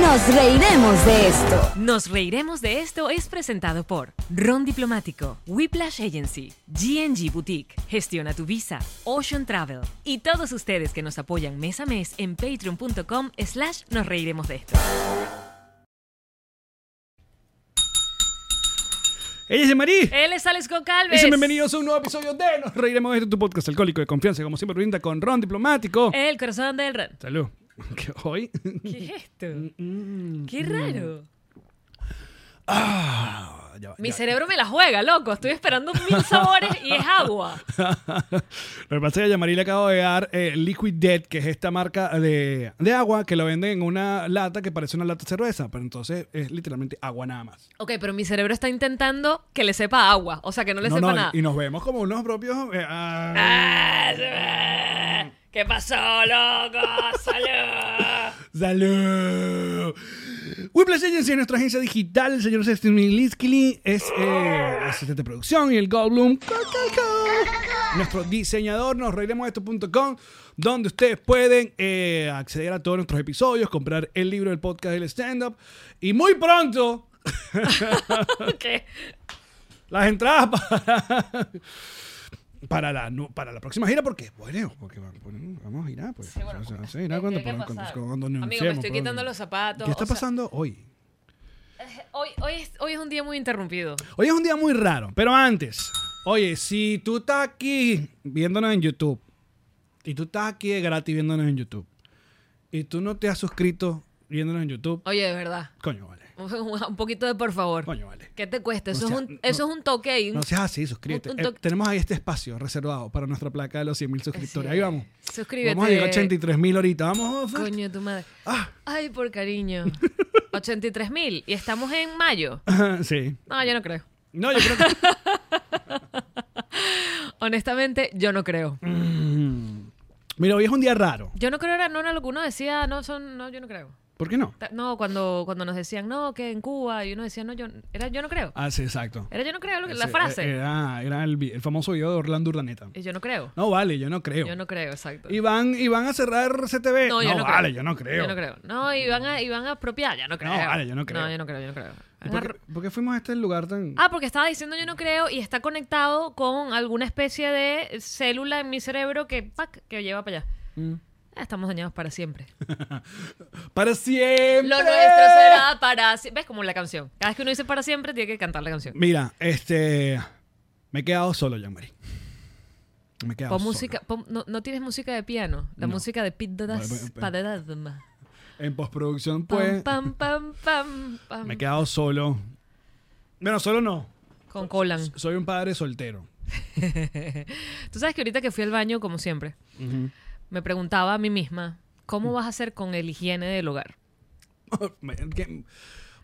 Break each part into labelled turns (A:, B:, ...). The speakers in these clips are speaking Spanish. A: Nos reiremos de esto.
B: Nos reiremos de esto es presentado por Ron Diplomático, Whiplash Agency, GNG Boutique, Gestiona tu Visa, Ocean Travel y todos ustedes que nos apoyan mes a mes en patreon.com slash nos reiremos de esto.
C: Ella es Marí.
B: Él es Alex
C: Y
B: Goncalves.
C: sean bienvenidos a un nuevo episodio de Nos Reiremos de Esto, tu podcast alcohólico de confianza, como siempre brinda con Ron Diplomático.
B: El corazón del Ron.
C: Salud. Que hoy.
B: ¿Qué es
C: Mm,
B: esto? Qué raro.
C: Ah, ya va,
B: Mi
C: Mm. ya va.
B: cerebro me la juega, loco. Estoy esperando mil sabores y es agua.
C: Lo que pasa es que a Yamari le acabo de dar eh, Liquid Death, que es esta marca de, de agua que lo venden en una lata que parece una lata de cerveza, pero entonces es literalmente agua nada más.
B: Ok, pero mi cerebro está intentando que le sepa agua. O sea, que no le
C: No,
B: sepa
C: no, y-
B: nada.
C: Y nos vemos como unos propios. eh, ah,
B: ¿Qué pasó, loco? ¡Salud!
C: ¡Salud! Whiplash Agency es nuestra agencia digital. El señor Sestin Miliskili es eh, asistente de producción y el Goldblum. ca, ca, ca, Nuestro diseñador, nos reiremos de esto.com, donde ustedes pueden eh, acceder a todos nuestros episodios, comprar el libro del podcast del stand-up. Y muy pronto,
B: ¿Qué?
C: las entradas para, para, la, nu- para la próxima gira, porque, bueno, porque va- bueno, vamos a girar. Pues,
B: Sí, bueno,
C: O sea,
B: como-
C: sí, girar cuando,
B: tiene que
C: cuando-
B: pasar.
C: cuando- cuando
B: Amigo, me
C: anunciemos, pues,
B: estoy
C: pero-
B: quitando los zapatos,
C: ¿Qué está
B: o sea-
C: pasando hoy?
B: Hoy, hoy, es, hoy es un día muy interrumpido.
C: Hoy es un día muy raro, pero antes, oye, si tú estás aquí viéndonos en YouTube, y tú estás aquí de gratis viéndonos en YouTube, y tú no te has suscrito viéndonos en YouTube,
B: Oye, de verdad.
C: coño, vale.
B: Un, un poquito de por favor.
C: Coño, vale.
B: ¿Qué te cuesta?
C: No
B: Eso,
C: sea-
B: es, un,
C: no-
B: eso es un toque ahí.
C: No seas así, suscríbete.
B: Un- un
C: Eh,
B: toque-
C: tenemos ahí este espacio reservado para nuestra placa de los 100.000 suscriptores.
B: Sí.
C: Ahí vamos.
B: Suscríbete.
C: Vamos a llegar a 83.000 ahorita. Vamos, oh, fuck.
B: Coño, de tu madre.
C: Ah.
B: Ay, por cariño. 83 mil. Y estamos en mayo.
C: sí.
B: No, yo no creo.
C: No, yo creo que...
B: Honestamente, yo no creo.
C: Mm. Mira, hoy es un día raro.
B: Yo no creo era no era lo que uno decía, no son, no, yo no creo.
C: ¿Por qué no?
B: Ta- No, cuando, cuando nos decían no, que en Cuba, y uno decía, no, yo era yo no creo.
C: Ah, sí, exacto.
B: Era yo no creo lo que- la
C: Sí,
B: frase.
C: eh, Era, era el, vi- el famoso video de Orlando Urdaneta.
B: Y yo no creo.
C: No vale, yo no creo.
B: Yo no creo, exacto.
C: Y van, y van a cerrar CTV.
B: No, yo no creo.
C: vale, yo no creo.
B: Yo no creo. No, y van a, y van a apropiar, ya no creo.
C: vale, yo no creo.
B: No, yo no creo, yo no creo.
C: ¿Y
B: Van
C: ¿Por
B: a
C: qué, por qué fuimos a este lugar tan...?
B: Ah, porque estaba diciendo yo no creo y está conectado con alguna especie de célula en mi cerebro que, pac, que lleva para allá.
C: Mm.
B: Ah, Estamos dañados para siempre.
C: ¡Para siempre!
B: Lo nuestro será para siempre. ¿Ves como la canción? Cada vez que uno dice para siempre, tiene que cantar la canción.
C: Mira, este... Me he quedado solo, Jean-Marie. Me he quedado
B: Pon
C: solo.
B: música, pon- no, no tienes música de piano. La
C: No.
B: música de Pete
C: Bueno, bueno,
B: Dadas,
C: bueno.
B: Padadadma.
C: En postproducción,
B: Pam,
C: pues,
B: pam, pam, pam, pam.
C: me he quedado solo. Bueno, solo no.
B: Con Colan.
C: Soy un padre soltero.
B: Tú sabes que ahorita que fui al baño, como siempre, me preguntaba a mí misma, ¿cómo vas a hacer con el higiene del hogar?
C: Me- ¿qué-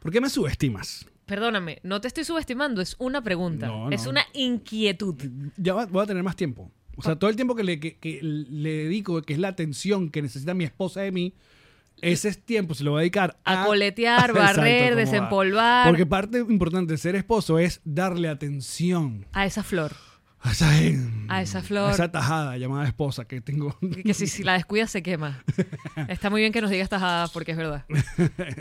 C: ¿Por qué me subestimas?
B: Perdóname, no te estoy subestimando, es una pregunta,
C: No,
B: es
C: no.
B: una inquietud.
C: Ya va- voy a tener más tiempo. O sea, todo el tiempo que le, que- que le dedico, que es la atención que necesita mi esposa de mí, ese es tiempo se lo voy a dedicar
B: A coletear,
C: Exacto,
B: barrer,
C: como va.
B: desempolvar.
C: Porque parte importante de ser esposo es darle atención
B: A esa flor,
C: a esa,
B: A esa flor.
C: a esa tajada llamada esposa que tengo.
B: que que si, si la descuidas se quema. Está muy bien que nos digas tajada, porque es verdad.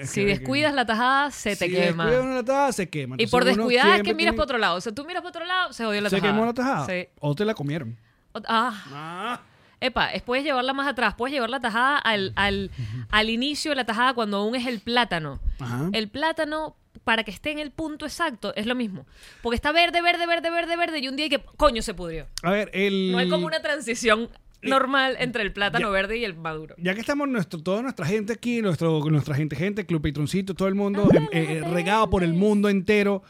B: Si descuidas la tajada, se te
C: Si
B: quema.
C: descuida uno la tajada, se quema.
B: Y
C: Entonces
B: por
C: uno
B: descuidar es que
C: siempre
B: miras
C: tiene-
B: para otro lado. O sea, tú miras para otro lado, se jodió la
C: Se
B: tajada.
C: quemó la tajada.
B: Sí.
C: O te la comieron.
B: O- Ah,
C: Ah,
B: epa, es- puedes llevarla más atrás, puedes llevar la tajada al, al, al inicio de la tajada cuando aún es el plátano.
C: Ajá.
B: El plátano, para que esté en el punto exacto, es lo mismo. Porque está verde, verde, verde, verde, verde, y un día que, coño, se pudrió.
C: A ver, el...
B: No hay como una transición normal entre el plátano
C: Ya.
B: verde y el maduro.
C: Ya que estamos nuestro, toda nuestra gente aquí, nuestro, nuestra gente, gente, Club Patroncito, todo el mundo eh, eh, regado por el mundo entero.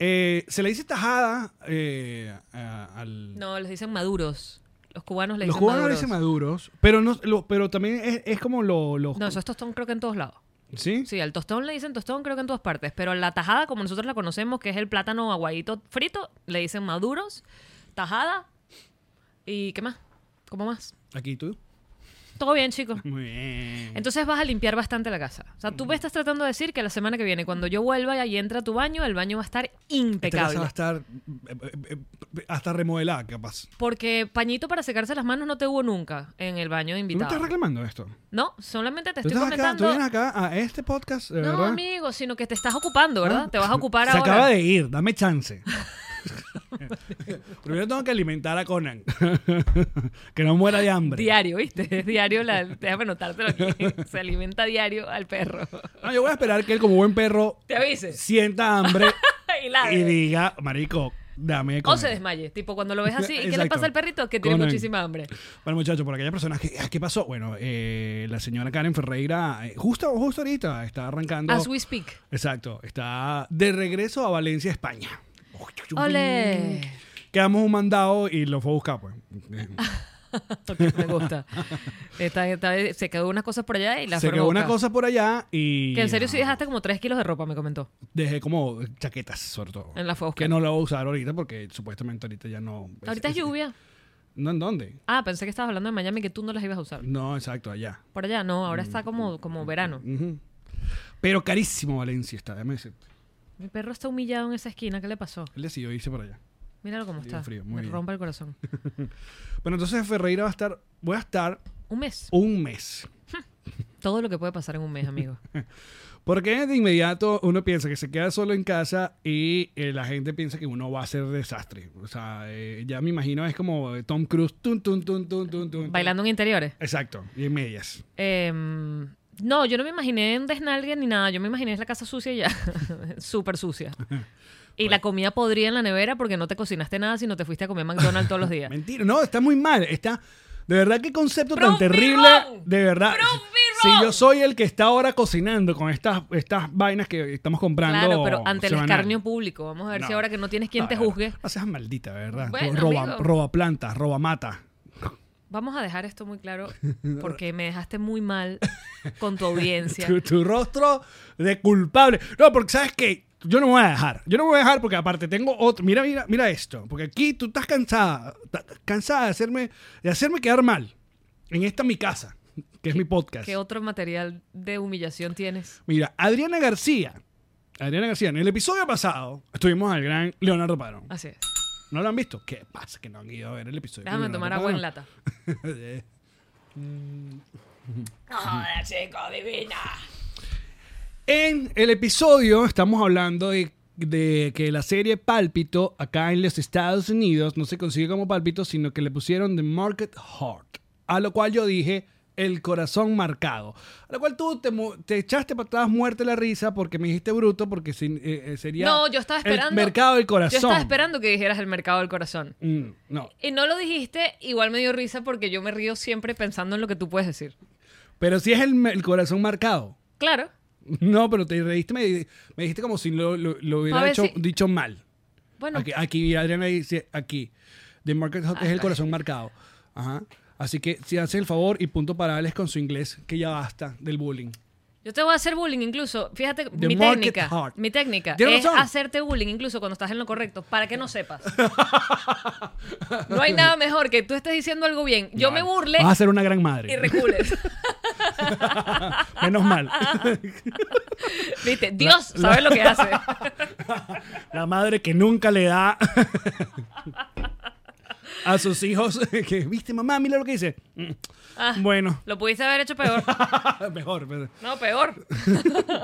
C: eh, se le dice tajada eh, a- al.
B: No, les dicen maduros. Los cubanos les
C: los
B: dicen
C: cubanos le
B: maduros.
C: dicen maduros, pero no, lo- pero también es, es como lo- los.
B: No, eso es tostón creo que en todos lados.
C: ¿Sí?
B: Sí, al tostón le dicen tostón creo que en todas partes, pero la tajada como nosotros la conocemos, que es el plátano aguadito frito, le dicen maduros, tajada y ¿qué más? ¿Cómo más?
C: Aquí tú.
B: Todo bien, chicos.
C: Muy bien.
B: Entonces vas a limpiar bastante la casa. O sea, tú me estás tratando de decir que la semana que viene, cuando yo vuelva y entra a tu baño, el baño va a estar
C: Esta casa
B: impecable.
C: Este va a estar eh, eh, eh, hasta remodelada, capaz.
B: Porque pañito para secarse las manos no te hubo nunca en el baño de
C: ¿Tú no
B: invitado.
C: estás reclamando esto?
B: No, solamente te
C: ¿Tú,
B: estoy
C: estás acá, tú
B: comentando.
C: vienes acá a este podcast, eh,
B: No,
C: ¿verdad?
B: amigo, sino que te estás ocupando, ¿verdad?
C: Ah,
B: Te vas a ocupar
C: Se
B: ahora.
C: acaba de ir, dame chance. Primero tengo que alimentar a Conan. que no muera de hambre.
B: Diario, ¿viste? Es diario, la, déjame notártelo aquí. Se alimenta diario al perro.
C: No, yo voy a esperar que él, como buen perro,
B: Te avises.
C: sienta hambre
B: Y ladre.
C: y diga, marico, dame de
B: O
C: comer".
B: se desmaye. Tipo, cuando lo ves así, ¿y qué le
C: Exacto.
B: pasa al perrito? Que tiene
C: Conan.
B: muchísima hambre.
C: Bueno, muchachos, por aquellas personas que... ah, ¿Qué pasó? Bueno, eh, la señora Karen Ferreira, eh, justo, justo ahorita, está arrancando...
B: As we speak.
C: Exacto, está de regreso a Valencia, España.
B: ¡Ole!
C: Quedamos un mandado y lo fue a buscar, pues.
B: Ok, me gusta. Esta- esta- se quedó unas cosas por allá y las
C: se
B: fueron a
C: quedó una
B: buscar.
C: cosa por allá y...
B: Que en serio sí
C: ah,
B: dejaste como 3 kilos de ropa, me comentó.
C: Dejé como chaquetas, sobre todo.
B: En la fue a buscar.
C: Que no pues, la voy a usar ahorita porque supuestamente ahorita ya no.
B: Ahorita es lluvia.
C: No, ¿en dónde?
B: Ah, pensé que estabas hablando de Miami que tú no las ibas a usar.
C: No, Mm, exacto, allá.
B: Por allá no, ahora está como, como verano.
C: Ujú. Pero carísimo Valencia está, déjame decirte.
B: Mi perro está humillado en esa esquina, ¿qué le pasó?
C: Él decidió irse para allá.
B: Míralo cómo
C: Bien
B: está.
C: frío, muy
B: me
C: bien.
B: rompe el corazón.
C: Bueno, entonces Ferreira va a estar, voy a estar
B: Un mes.
C: un mes.
B: Todo lo que puede pasar en un mes, amigo.
C: Porque de inmediato uno piensa que se queda solo en casa y eh, la gente piensa que uno va a ser desastre. O sea, eh, ya me imagino es como Tom Cruise, tun, tun, tun, tun, tun, tun.
B: Bailando en interiores.
C: Exacto, y en medias.
B: Em, no, yo no me imaginé un desnalgue ni nada. Yo me imaginé la casa sucia y ya. Súper sucia. Y la comida podrida en la nevera porque no te cocinaste nada, sino te fuiste a comer McDonald's todos los días.
C: Mentira, no, está muy mal. Está. De verdad, qué concepto tan
B: Prove me
C: terrible.
B: wrong.
C: De verdad.
B: Prove me
C: Si
B: wrong.
C: yo soy el que está ahora cocinando con estas, estas vainas que estamos comprando.
B: Claro, pero ante el
C: semanal.
B: escarnio público. Vamos a ver si
C: No.
B: ahora que no tienes quien
C: No,
B: te
C: de verdad.
B: juzgue.
C: No seas maldita, de verdad. Tú
B: Bueno,
C: roba,
B: amigo.
C: roba plantas, roba mata.
B: Vamos a dejar esto muy claro porque me dejaste muy mal con tu audiencia.
C: Tu, tu rostro de culpable. No, porque sabes que yo no me voy a dejar. Yo no me voy a dejar porque aparte tengo otro. Mira, mira, mira esto. Porque aquí tú estás cansada. ta- Cansada de hacerme, de hacerme quedar mal. En esta mi casa, que es mi podcast.
B: ¿Qué otro material de humillación tienes?
C: Mira, Adriana García. Adriana García, en el episodio pasado estuvimos al gran Leonardo Padrón.
B: Así es.
C: ¿No lo han visto? ¿Qué pasa? Que no han ido a ver el episodio.
B: Déjame tomar agua en lata.
C: lata.
B: Joder, chico, divina.
C: en el episodio estamos hablando de, de que la serie Pálpito, acá en los Estados Unidos, no se consigue como Pálpito, sino que le pusieron The Market Heart. A lo cual yo dije, el corazón marcado. A lo cual tú te, mu- te echaste patadas muerte la risa porque me dijiste bruto, porque sin- eh, eh, sería.
B: No, yo estaba esperando.
C: El mercado del corazón.
B: Yo estaba esperando que dijeras el mercado del corazón.
C: Mm, no.
B: Y no lo dijiste, igual me dio risa porque yo me río siempre pensando en lo que tú puedes decir.
C: Pero si es el, el corazón marcado.
B: Claro.
C: No, pero te reíste, me, me dijiste como si lo, lo- lo
B: A
C: hubiera
B: ver
C: hecho-
B: si-
C: dicho mal.
B: Bueno,
C: Aquí, aquí Adriana dice, aquí, The Market Hot es
B: Ah,
C: el corazón marcado. Ajá. Así que si hace el favor y punto para Alex con su inglés, que ya basta del bullying.
B: yo te voy a hacer bullying incluso. Fíjate,
C: The
B: mi
C: market
B: técnica,
C: heart.
B: mi técnica
C: Tienes
B: es
C: razón.
B: hacerte bullying incluso cuando estás en lo correcto, para que no sepas. no hay nada mejor que tú estés diciendo algo bien, yo me burle
C: Vas a ser una gran
B: y
C: madre.
B: recules.
C: Menos mal.
B: Viste, Dios sabe lo que hace.
C: La madre que nunca le da a sus hijos. que, Viste, mamá, mira lo que dice. Mm,
B: Ah,
C: Bueno,
B: Lo pudiste haber hecho peor.
C: mejor. pero-
B: No, peor.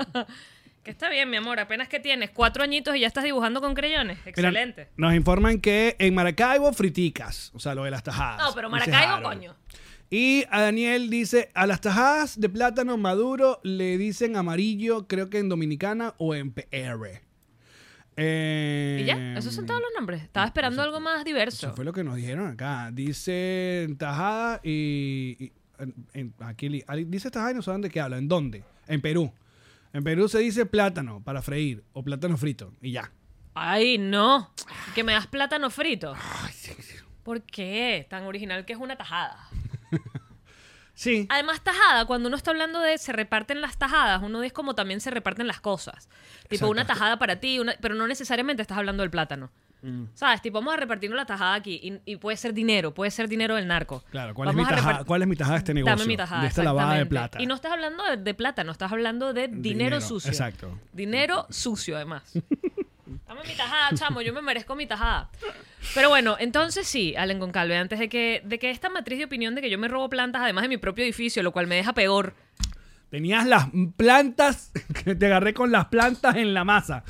B: que está bien, mi amor. Apenas que tienes cuatro añitos y ya estás dibujando con creyones.
C: Mira,
B: Excelente.
C: nos informan que en Maracaibo friticas, o sea, lo de las tajadas.
B: No, pero
C: Dice
B: Maracaibo,
C: Harold.
B: coño.
C: Y a Daniel dice, a las tajadas de plátano maduro le dicen amarillo, creo que en Dominicana o en PR. Eh,
B: Y ya, esos son todos los nombres. Estaba esperando algo más
C: Eso
B: diverso.
C: fue lo que nos dijeron acá. Dice tajada y... y- en- en- aquí li- ali- dice tajada y no saben de qué habla. ¿En dónde? En Perú. En Perú se dice plátano para freír o plátano frito. Y ya.
B: Ay, no. Que me das plátano frito. ¿Por qué? Tan original que es una tajada.
C: Sí.
B: Además, tajada, cuando uno está hablando de se reparten las tajadas, uno es como también se reparten las cosas. Tipo,
C: Exacto.
B: una tajada para ti, una- pero no necesariamente estás hablando del plátano.
C: Mm.
B: ¿Sabes? Tipo, vamos a repartirnos la tajada aquí y, y puede ser dinero, puede ser dinero del narco.
C: Claro, ¿cuál,
B: Vamos
C: es
B: a
C: mi tajada,
B: repart-
C: ¿cuál es mi tajada de este negocio?
B: Dame mi tajada.
C: De esta lavada de
B: exactamente.
C: plata.
B: Y no estás hablando de, de plátano, estás hablando de dinero,
C: Dinero,
B: sucio.
C: exacto.
B: Dinero sucio, además. Dame mi tajada, chamo, yo me merezco mi tajada. Pero bueno, entonces sí, Allen Goncalve, antes de que, de que esta matriz de opinión de que yo me robo plantas, además de mi propio edificio, lo cual me deja peor.
C: Tenías las plantas, que te agarré con las plantas en la masa.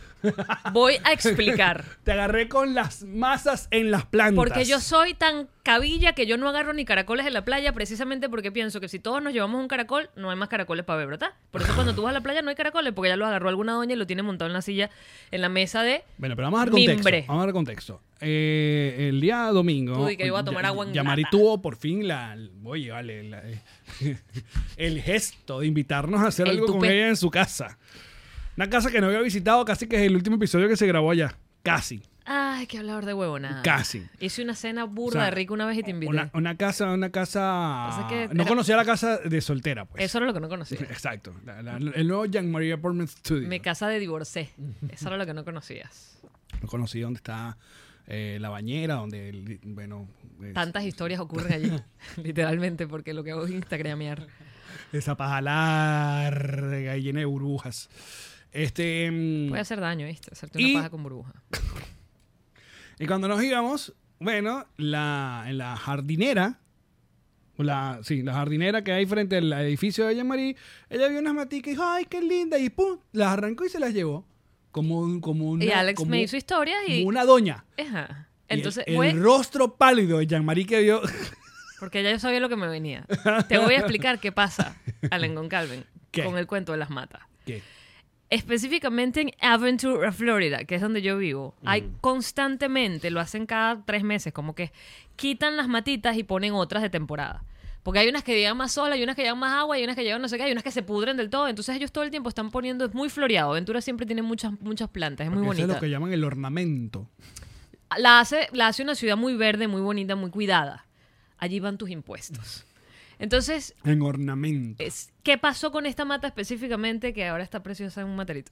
B: Voy a explicar.
C: Te agarré con las masas en las plantas.
B: Porque yo soy tan cabilla que yo no agarro ni caracoles en la playa precisamente porque pienso que si todos nos llevamos un caracol, no hay más caracoles para ver, ¿verdad? Por eso cuando tú vas a la playa no hay caracoles porque ya lo agarró alguna doña y lo tiene montado en la silla, en la mesa de...
C: Bueno, pero vamos a dar contexto.
B: Mimbre.
C: Vamos a dar contexto. Eh, el día domingo.
B: Uy, que yo voy a tomar agua en
C: Yamari
B: lata.
C: tuvo por fin la. Oye, vale. la- el gesto de invitarnos a hacer
B: El
C: algo con
B: tupé.
C: ella en su casa. Una casa que no había visitado casi que es el último episodio que se grabó allá. Casi.
B: Ay, qué hablador de huevona.
C: Casi.
B: Hice una cena burda
C: O sea,
B: de rica una vez y te invité.
C: Una, una casa, una casa.
B: O sea que
C: no
B: era-
C: conocía la casa de soltera, pues.
B: Eso era lo que no conocía.
C: Exacto. La- la- el nuevo Jean Marie Apartment Studio.
B: Mi casa de divorcé. Eso era lo que no conocías.
C: No conocí dónde está eh, la bañera, donde, el- bueno... es-
B: Tantas historias ocurren allí, literalmente, porque lo que hago es instagramear.
C: Esa paja larga y llena de burbujas. Este... mm,
B: Puede hacer daño, ¿viste? Hacerte
C: Y-
B: una paja con burbuja.
C: Y cuando nos íbamos, bueno, la, en la jardinera, o la, sí, la jardinera que hay frente al edificio de Jean Marie, ella vio unas maticas y dijo, ¡ay, qué linda! Y pum, las arrancó y se las llevó. Como, un- como una...
B: Y Alex
C: como-
B: me hizo historias y...
C: Como una doña.
B: Ajá.
C: Y el-
B: Entonces,
C: el,
B: güey,
C: rostro pálido de Jean-Marie que vio
B: porque ya yo sabía lo que me venía. Te voy a explicar qué pasa, Alan Goncalven,
C: ¿Qué?
B: con el cuento de las matas.
C: ¿Qué?
B: Específicamente en Aventura, Florida, que es donde yo vivo,
C: Mm.
B: hay constantemente, lo hacen cada tres meses, como que quitan las matitas y ponen otras de temporada. Porque hay unas que llevan más sol, hay unas que llevan más agua, hay unas que llevan no sé qué, hay unas que se pudren del todo. Entonces ellos todo el tiempo están poniendo, es muy floreado. Aventura siempre tiene muchas, muchas plantas, es muy
C: Porque
B: bonita.
C: eso es lo que llaman el ornamento.
B: la hace, la hace una ciudad muy verde, muy bonita, muy cuidada. Allí van tus impuestos. Entonces,
C: En ornamento.
B: es- ¿qué pasó con esta mata específicamente que ahora está preciosa en un materito?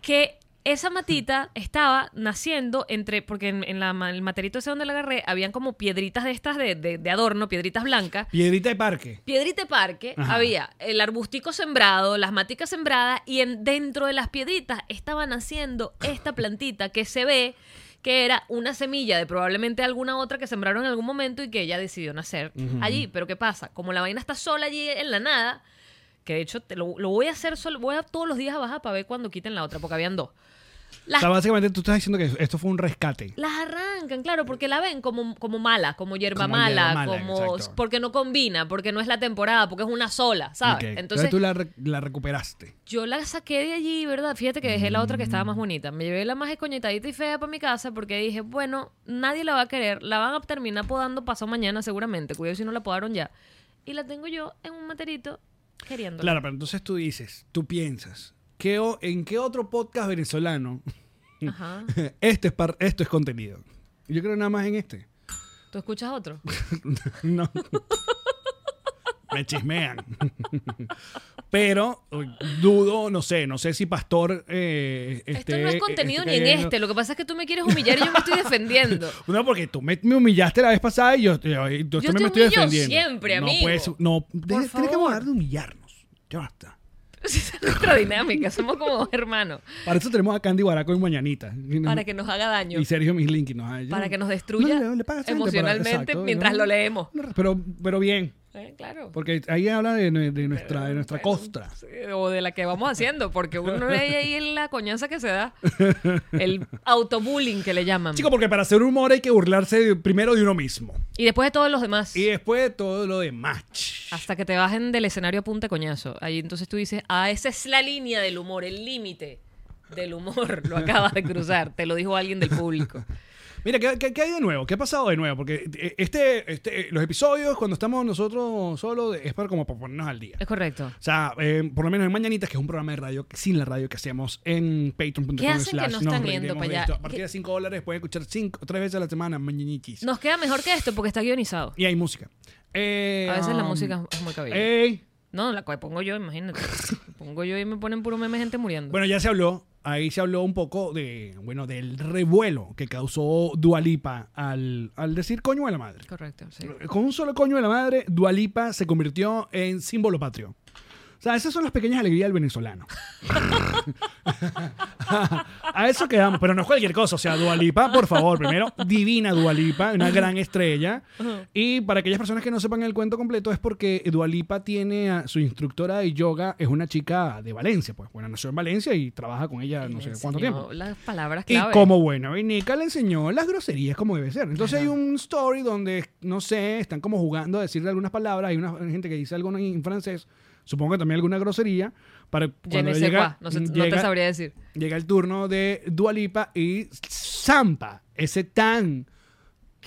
B: que esa matita estaba naciendo entre, porque en, en la ma- el materito ese donde la agarré, habían como piedritas de estas de, de- de adorno, piedritas blancas.
C: Piedrita de parque.
B: Piedrita de parque,
C: Ajá.
B: había el arbustico sembrado, las maticas sembradas y en, dentro de las piedritas estaban haciendo esta plantita que se ve que era una semilla de probablemente alguna otra que sembraron en algún momento y que ella decidió nacer allí. Pero ¿qué pasa? Como la vaina está sola allí en la nada, que de hecho te lo, lo voy a hacer solo, voy a todos los días a bajar para ver cuando quiten la otra, porque habían dos.
C: O
B: Las
C: sea, básicamente tú estás diciendo que esto fue un rescate.
B: las arrancan, claro, porque la ven como, como mala, como hierba
C: Como
B: mala,
C: hierba mala,
B: como
C: exacto.
B: porque no combina, porque no es la temporada, porque es una sola, ¿sabes?
C: Ok.
B: Entonces,
C: tú la, re- la recuperaste.
B: yo la saqué de allí, ¿verdad? Fíjate que dejé la otra que estaba
C: Mm.
B: más bonita. Me llevé la más escoñetadita y fea para mi casa porque dije, bueno, nadie la va a querer, la van a terminar podando pasado mañana seguramente, cuidado si no la podaron ya. Y la tengo yo en un materito queriéndola.
C: Claro, pero entonces tú dices, tú piensas, ¿qué o- ¿en qué otro podcast venezolano
B: Ajá.
C: este es par- esto es contenido? Yo creo nada más en este.
B: ¿Tú escuchas otro?
C: no. Me chismean. pero eh, dudo, no sé, no sé si Pastor... eh,
B: Esto
C: esté-
B: Este no es contenido
C: esté
B: ni en
C: cayendo-
B: este, lo que pasa es que tú me quieres humillar y yo me estoy defendiendo.
C: No, porque tú me, me humillaste la vez pasada y yo, yo, yo
B: te
C: también me estoy
B: humillo
C: defendiendo.
B: siempre,
C: no,
B: amigo.
C: Pues, no, de- tienes que
B: favor.
C: dejar de humillarnos. Ya basta.
B: Esa es nuestra dinámica, somos como dos hermanos.
C: Para eso tenemos a Candy Baraco y Mañanita. Y no-
B: Para que nos haga daño.
C: y Sergio Mislinki. ¿no? Ay, yo-
B: Para que nos destruya
C: pagas a esa gente para-
B: emocionalmente
C: exacto,
B: mientras
C: yo-
B: lo leemos.
C: no, Pero, pero bien.
B: Eh, claro.
C: Porque ahí habla de, nue- de nuestra, de nuestra
B: Bueno,
C: costra.
B: sí, O de la que vamos haciendo, porque uno ve ahí la coñanza que se da. El autobullying que le llaman.
C: Chico, porque para hacer humor hay que burlarse de- primero de uno mismo.
B: Y después de todos los demás.
C: Y después de todo lo demás.
B: Hasta que te bajen del escenario a punta de coñazo. Ahí entonces tú dices, ah, esa es la línea del humor, el límite del humor. Lo acabas de cruzar. Te lo dijo alguien del público.
C: Mira, ¿qué, qué, qué hay de nuevo? ¿Qué ha pasado de nuevo? Porque eh, este, este, los episodios, cuando estamos nosotros solos, es para como para ponernos al día.
B: Es correcto.
C: O sea, eh, por lo menos en Mañanitas, que es un programa de radio sin la radio que hacemos en patreon.com.
B: ¿Qué hacen que no
C: nos
B: están
C: reiremos
B: yendo para
C: de
B: allá?
C: esto. A partir
B: ¿Qué-
C: de 5 dólares pueden escuchar cinco, tres veces a la semana Mañanitis.
B: Nos queda mejor que esto porque está guionizado.
C: Y hay música. Eh,
B: A veces la
C: um,
B: música es muy cabilla.
C: ey.
B: No, la que pongo yo, imagínate. pongo yo y me ponen puro meme gente muriendo.
C: Bueno, ya se habló. Ahí se habló un poco de, bueno, del revuelo que causó Dualipa al, al decir coño de la madre.
B: Correcto, sí.
C: Con un solo coño de la madre, Dualipa se convirtió en símbolo patrio. O sea, esas son las pequeñas alegrías del venezolano. A eso quedamos, pero no es cualquier cosa. O sea, Dualipa, por favor, primero, divina Dualipa, una gran estrella. Y para aquellas personas que no sepan el cuento completo, es porque Dualipa tiene a su instructora de yoga, es una chica de Valencia, pues. Bueno, nació en Valencia y trabaja con ella Ah, no
B: Me
C: sé cuánto
B: enseñó
C: tiempo.
B: Las palabras
C: Y
B: clave.
C: como buena veneca le enseñó las groserías como debe ser. Entonces hay un story donde, no sé, están como jugando a decirle algunas palabras. Hay una gente que dice algo en francés, supongo que también alguna grosería. Para
B: Je
C: cuando
B: ne sais
C: llega,
B: quoi, no, sé- no te
C: llega-
B: sabría decir.
C: llega el turno de Dualipa y zampa ese tan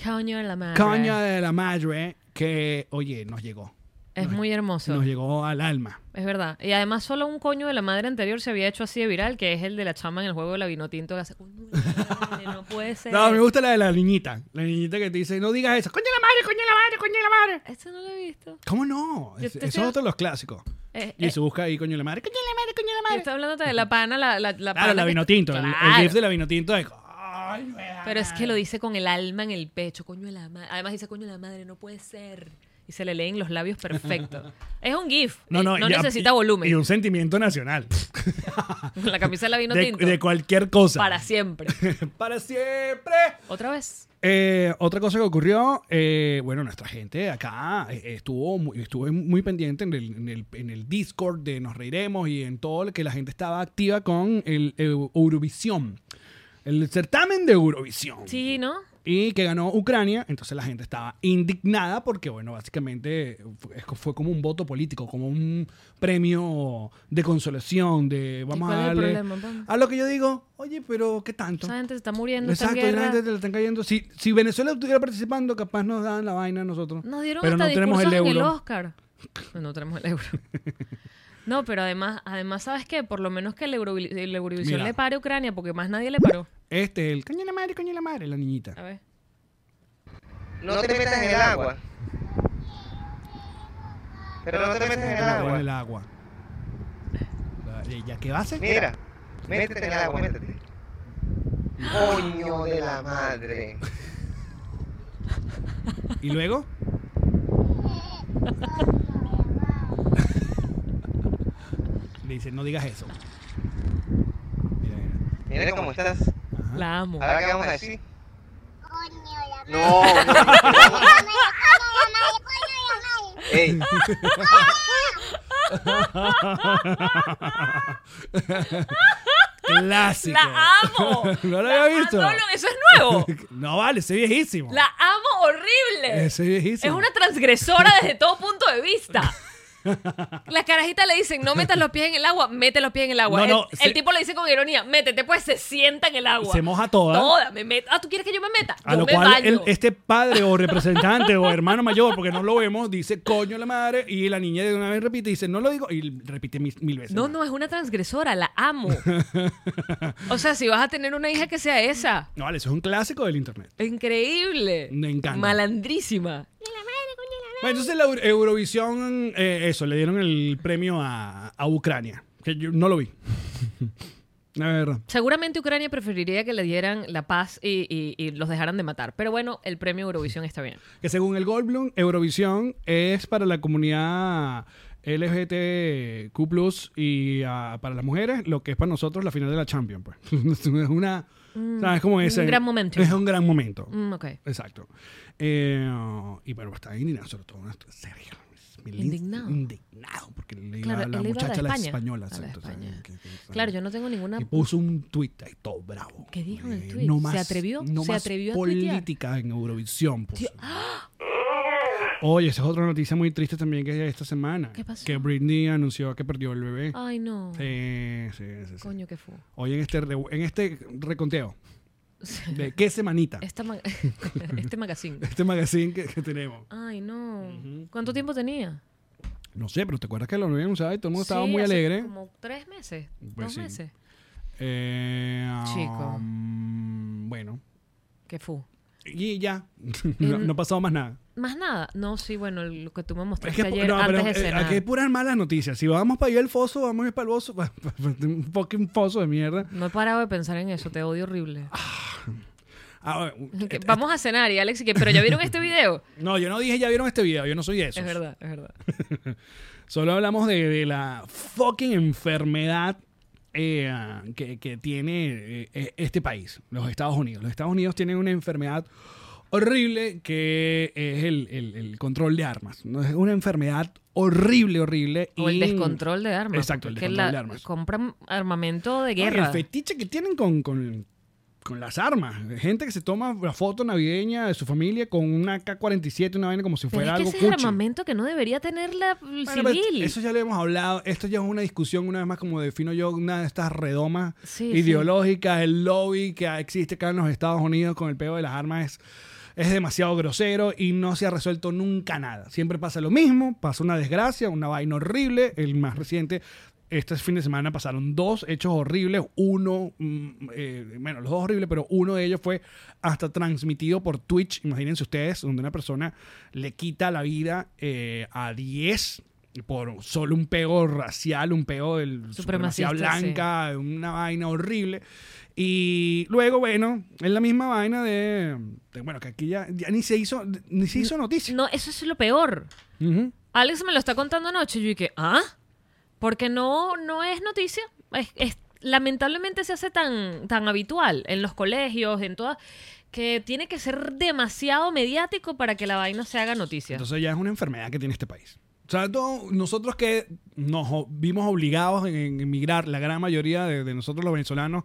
B: Coño de la madre.
C: caña de la madre que, oye, nos llegó.
B: Es muy hermoso.
C: Nos llegó al alma.
B: Es verdad. Y además solo un coño de la madre anterior se había hecho así de viral, que es el de la chama en el juego de la vinotinto que hace, "Coño de la madre, no puede ser.
C: No, me gusta la de la niñita. La niñita que te dice, no digas eso. Coño de la madre, coño de la madre, coño de la madre.
B: Eso no lo he visto.
C: ¿Cómo no?
B: Yo
C: Es-
B: te
C: Eso es
B: estoy-
C: otro de los clásicos.
B: Eh,
C: Y
B: eh,
C: se busca ahí, coño de la madre. Coño de la madre, coño de la
B: yo
C: madre.
B: estaba hablando de la pana, la, la, la
C: Claro,
B: pana
C: la
B: que-
C: vinotinto. el- El
B: Claro.
C: gif de la vinotinto de. "Coño de la
B: Pero es que
C: madre".
B: lo dice con el alma en el pecho, coño de la madre. Además dice, coño de la madre, no puede ser. Y se le leen los labios perfecto. es un GIF.
C: No,
B: eh,
C: no, ya-
B: necesita
C: y-
B: volumen.
C: Y un sentimiento nacional.
B: La camisa de la
C: De,
B: vinotinto.
C: de cualquier cosa.
B: Para siempre.
C: Para siempre.
B: Otra vez.
C: Eh, otra cosa que ocurrió, eh, bueno, nuestra gente acá eh, estuvo muy, estuvo muy pendiente en el, en, el, en el Discord de Nos Reiremos y en todo lo que la gente estaba activa con el, Eu- Eurovisión. El certamen de Eurovisión.
B: Sí, ¿no?
C: Y que ganó Ucrania, entonces la gente estaba indignada porque, bueno, básicamente fue, fue como un voto político, como un premio de consolación, de vamos
B: cuál
C: a
B: es el
C: darle...
B: problema? Vamos.
C: A lo que yo digo, oye, pero ¿qué tanto?
B: Esa gente se está muriendo. está en
C: Exacto, y la
B: guerra.
C: gente te le están cayendo. Si, si Venezuela estuviera participando, capaz nos dan la vaina a nosotros.
B: Nos dieron
C: pero
B: hasta
C: no tenemos el
B: discursos
C: euro.
B: en el Oscar. No tenemos el euro. No, pero además, además ¿sabes qué? Por lo menos que el, Euro, el Eurovisión
C: Mira.
B: le pare a Ucrania, porque más nadie le paró.
C: Este, el coño de la madre, coño de la madre, la
B: A
C: niñita.
B: ver.
D: No te metas en el agua. Pero no te metas en el
C: Agua en el
D: agua.
C: agua. La- Ella, ¿qué va a hacer?
D: Mira, métete en el agua, métete. Coño de la madre.
C: ¿Y luego? Le dice, no digas eso. Mira,
B: ¡Ah!
C: mira.
D: Mira cómo estás.
C: Ah.
B: La amo.
D: Ahora qué vamos a decir. No, no. Ey,
C: Clásico.
B: La amo.
C: no lo había visto.
B: Ah, no, no, eso es nuevo.
C: No vale, soy viejísimo.
B: La amo horrible.
C: Ese es viejísimo.
B: Es una transgresora desde todo punto de vista. La carajita le dicen, no metas los pies en el agua, mete los pies en el agua.
C: No,
B: el,
C: no,
B: el
C: se-
B: tipo le dice con ironía, métete, pues se sienta en el agua.
C: Se moja toda.
B: Toda, me meto. Ah, ¿tú quieres que yo me meta?
C: A
B: Yo
C: lo
B: me
C: cual
B: baño.
C: el- este padre o representante o hermano mayor, porque no lo vemos, dice coño la madre y la niña de una vez repite, dice no lo digo y repite mil, mil veces.
B: No,
C: más.
B: no, es una transgresora, la amo. o sea, si vas a tener una hija que sea esa.
C: No, vale, eso es un clásico del internet.
B: Increíble.
C: Me encanta.
B: Malandrísima.
C: Bueno, entonces la Euro- Eurovisión, eh, eso, le dieron el premio a, a Ucrania, que yo no lo vi. La verdad.
B: Seguramente Ucrania preferiría que le dieran la paz y, y- y los dejaran de matar. Pero bueno, el premio Eurovisión está bien.
C: Que según el Goldblum, Eurovisión es para la comunidad LGTQ+, y ah, para las mujeres, lo que es para nosotros la final de la Champions, pues. es una... ¿Sabes cómo es?
B: Mm. un
C: Eh,
B: gran momento.
C: Es un gran momento.
B: Mm, ok.
C: pues, Exacto. Eh, y bueno, está indignado, sobre todo nuestro Sergio. Smilinski-
B: Indignado.
C: Indignado, porque le iba
B: Claro,
C: a la
B: él iba a la
C: muchacha a la,
B: España,
C: española.
B: a la
C: exacto, o sea,
B: España.
C: que- que- que-
B: Claro, yo no tengo ninguna.
C: Y puso un tuit ahí todo bravo.
B: ¿Qué dijo en el
C: Eh,
B: tuit?
C: No
B: ¿Se
C: más,
B: atrevió?
C: No
B: ¿Se
C: más
B: atrevió a tuitear? ¡ah!
C: política en Eurovisión. puso. Oye, esa es otra noticia muy triste también que hay esta semana.
B: ¿Qué pasó?
C: Que Britney anunció que perdió el bebé.
B: Ay, no.
C: Sí, sí, sí, sí.
B: Coño, qué fue.
C: Hoy en este, re- en este reconteo de qué semanita,
B: Esta ma- este magazine.
C: este magazine que, que tenemos.
B: Ay, no. ¿Cuánto tiempo tenía?
C: No sé, pero ¿te acuerdas que lo anunciamos y todo el mundo estaba
B: Sí,
C: muy
B: hace
C: alegre?
B: Como tres meses,
C: Pues
B: dos
C: sí.
B: meses.
C: Eh,
B: Chico.
C: um, bueno,
B: ¿Qué fue?
C: y ya, no,
B: Mm.
C: no ha pasado más nada.
B: Más nada. No, sí, bueno, lo que tú me
C: Es
B: mostraste
C: que,
B: ayer
C: no,
B: antes
C: pero
B: de
C: eh,
B: cenar.
C: aquí hay puras malas noticias. Si vamos para allá el foso, vamos a ir para el oso. un fucking foso de mierda.
B: No he parado de pensar en eso, te odio horrible.
C: Ah,
B: Que
C: eh,
B: Vamos a cenar y Alex y que, pero ya vieron este video.
C: no, yo no dije, ya vieron este video, yo no soy eso.
B: Es verdad, es verdad.
C: Solo hablamos de, de la fucking enfermedad eh, que, que tiene eh, eh, este país, los Estados Unidos. Los Estados Unidos tienen una enfermedad horrible que es el, el- el control de armas. ¿no? Es una enfermedad horrible, horrible.
B: O el
C: y-
B: descontrol de armas.
C: Exacto, el
B: porque
C: descontrol
B: la-
C: de armas.
B: Compran armamento de
C: No, y
B: guerra.
C: El fetiche que tienen con, con- con las armas. Gente que se toma la foto navideña de su familia con una K-47, una vaina como si
B: Pero
C: fuera
B: es que
C: algo
B: ese es
C: cuchi.
B: armamento que no debería tener la, el
C: Bueno, pero
B: civil.
C: Eso ya lo hemos hablado. Esto ya es una discusión, una vez más, como defino yo, una de estas redomas
B: Sí,
C: ideológicas, el lobby que existe acá en los Estados Unidos con el peo de las armas es, es demasiado grosero y no se ha resuelto nunca nada. Siempre pasa lo mismo, pasa una desgracia, una vaina horrible, el más reciente. Este fin de semana pasaron dos hechos horribles, uno, mm, eh, bueno, los dos horribles, pero uno de ellos fue hasta transmitido por Twitch, imagínense ustedes, donde una persona le quita la vida eh, a 10 por solo un pego racial, un pego del supremacía
B: Supremacista,
C: blanca, una vaina horrible. Y luego, bueno, es la misma vaina de, de, bueno, que aquí ya, ya ni se hizo ni se hizo noticia.
B: No, eso es lo peor.
C: Ujú.
B: Alex me lo está contando anoche y yo dije, ¿ah? Porque no, no es noticia. Es, es- lamentablemente se hace tan, tan habitual en los colegios, en todas, que tiene que ser demasiado mediático para que la vaina se haga noticia.
C: Entonces ya es una enfermedad que tiene este país. O sea, no- nosotros que nos o- vimos obligados en, en emigrar, la gran mayoría de, de nosotros los venezolanos,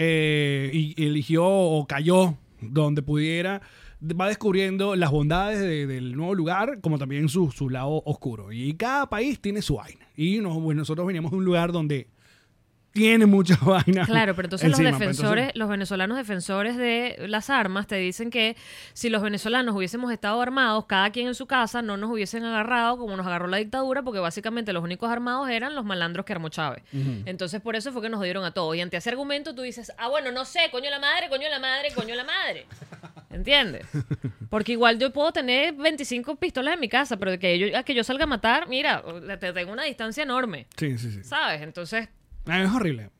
C: eh, y eligió o cayó donde pudiera, va descubriendo las bondades de- del nuevo lugar, como también su, su lado oscuro. Y cada país tiene su vaina. Y nos- pues nosotros veníamos de un lugar donde tiene muchas vainas.
B: Claro, pero entonces
C: encima,
B: los
C: pues, entonces-
B: defensores, los venezolanos defensores de las armas te dicen que si los venezolanos hubiésemos estado armados, cada quien en su casa, no nos hubiesen agarrado como nos agarró la dictadura, porque básicamente los únicos armados eran los malandros que armó Chávez. Entonces por eso fue que nos dieron a todos. Y ante ese argumento tú dices, ah, bueno, no sé, coño la madre, coño la madre, coño la madre. ¿Entiendes? Porque igual yo puedo tener 25 pistolas en mi casa, pero de que yo, a que yo salga a matar, mira, te tengo una distancia enorme.
C: Sí, sí, sí.
B: ¿Sabes? Entonces,
C: Ah, Es horrible.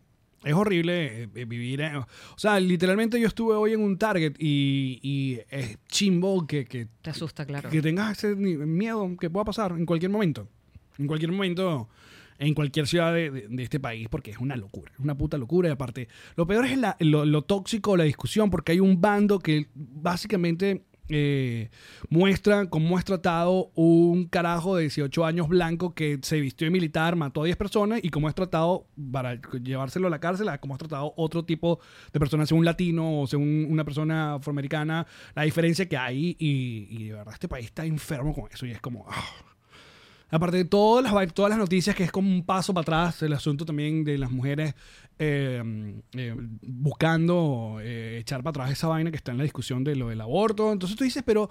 C: Es horrible eh, eh, vivir. eh, O sea, literalmente yo estuve hoy en un Target y, y es chimbo que, que,
B: te asusta, claro.
C: que tengas ese ni- miedo que pueda pasar en cualquier momento. En cualquier momento, en cualquier ciudad de, de- de este país, porque es una locura. Es una puta locura. Y aparte, lo peor es la- lo, lo tóxico, la discusión, porque hay un bando que básicamente eh, muestra cómo es tratado un carajo de 18 años blanco que se vistió de militar, mató a 10 personas y cómo es tratado para llevárselo a la cárcel, a cómo es tratado otro tipo de personas, sea un latino o sea un- una persona afroamericana, la diferencia que hay y, y de verdad este país está enfermo con eso y es como... ah. Aparte de todas las, vai- todas las noticias que es como un paso para atrás, el asunto también de las mujeres eh, eh, buscando eh, echar para atrás esa vaina que está en la discusión de lo del aborto. Entonces tú dices, pero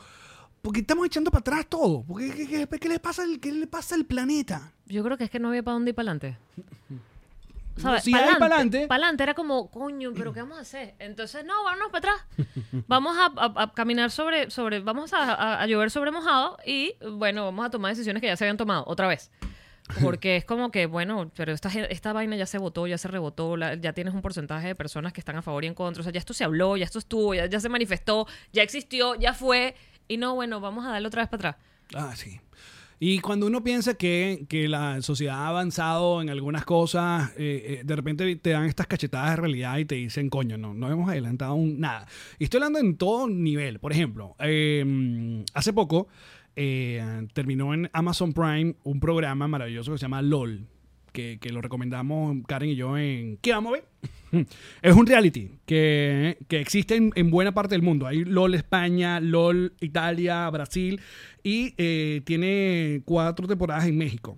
C: ¿por qué estamos echando para atrás todo? ¿Por qué, qué- qué- qué le pasa al, qué le pasa al planeta?
B: Yo creo que es que no había para dónde ir para adelante.
C: No, sí hay pa'lante.
B: era como, coño, pero ¿qué vamos a hacer? Entonces, no, vámonos para atrás. Vamos a, a- a caminar sobre, sobre vamos a, a- a llover sobre mojado y, bueno, vamos a tomar decisiones que ya se habían tomado otra vez. Porque es como que, bueno, pero esta, gen- esta vaina ya se votó, ya se rebotó, la- ya tienes un porcentaje de personas que están a favor y en contra. O sea, ya esto se habló, ya esto estuvo, ya, ya se manifestó, ya existió, ya fue. Y no, bueno, vamos a darle otra vez para atrás.
C: Ah, sí. Y cuando uno piensa que, que la sociedad ha avanzado en algunas cosas, eh, eh, de repente te dan estas cachetadas de realidad y te dicen, coño, no, no hemos adelantado un- nada. Y estoy hablando en todo nivel. Por ejemplo, eh, em, hace poco eh, terminó en Amazon Prime un programa maravilloso que se llama LOL, que, que lo recomendamos Karen y yo en ¿Qué vamos a ver? Hmm. es un reality que, que existe en, en buena parte del mundo. Hay LOL España, LOL Italia, Brasil y eh, tiene cuatro temporadas en México.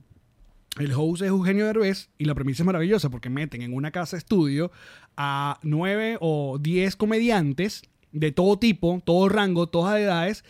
C: El host es Eugenio Derbez y la premisa es maravillosa porque meten en una casa estudio a nueve o diez comediantes de todo tipo, todo rango, todas edades,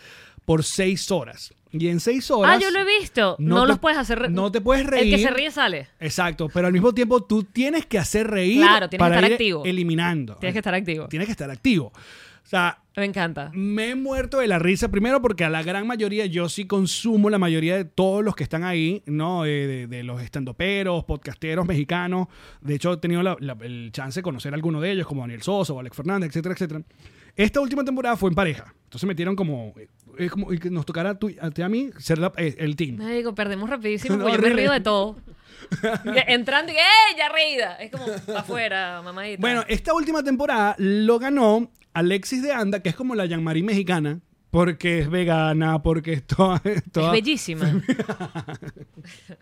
C: por seis horas. Y en seis horas...
B: Ah, yo lo he visto. No,
C: te-
B: los puedes hacer re-
C: No te puedes reír.
B: El que se ríe sale.
C: Exacto, pero al mismo tiempo tú tienes que hacer reír
B: Claro, tienes que
C: para
B: estar
C: ir
B: activo.
C: eliminando.
B: Tienes que estar activo.
C: Tienes que estar activo. O sea,
B: Me encanta.
C: me he muerto de la risa. Primero, porque a la gran mayoría yo sí consumo la mayoría de todos los que están ahí, ¿no? De, de- de los estandoperos, podcasteros mexicanos. De hecho, he tenido la- la- el chance de conocer a alguno de ellos, como Daniel Sosa o Alex Fernández, etcétera, etcétera. Esta última temporada fue en pareja. Entonces metieron como. Es como y que nos tocará tú, a ti y a mí ser la- eh, el team.
B: Me digo, perdemos rapidísimo
C: No,
B: porque yo me
C: horrible.
B: río de todo. Y Entrando y que, ¡eh, ya reída! Es como, pa' afuera, mamadita.
C: Bueno, eh, esta última temporada lo ganó Alexis de Anda, que es como la Yanmarí mexicana, porque es vegana, porque es toda.
B: es
C: toda-
B: bellísima. Es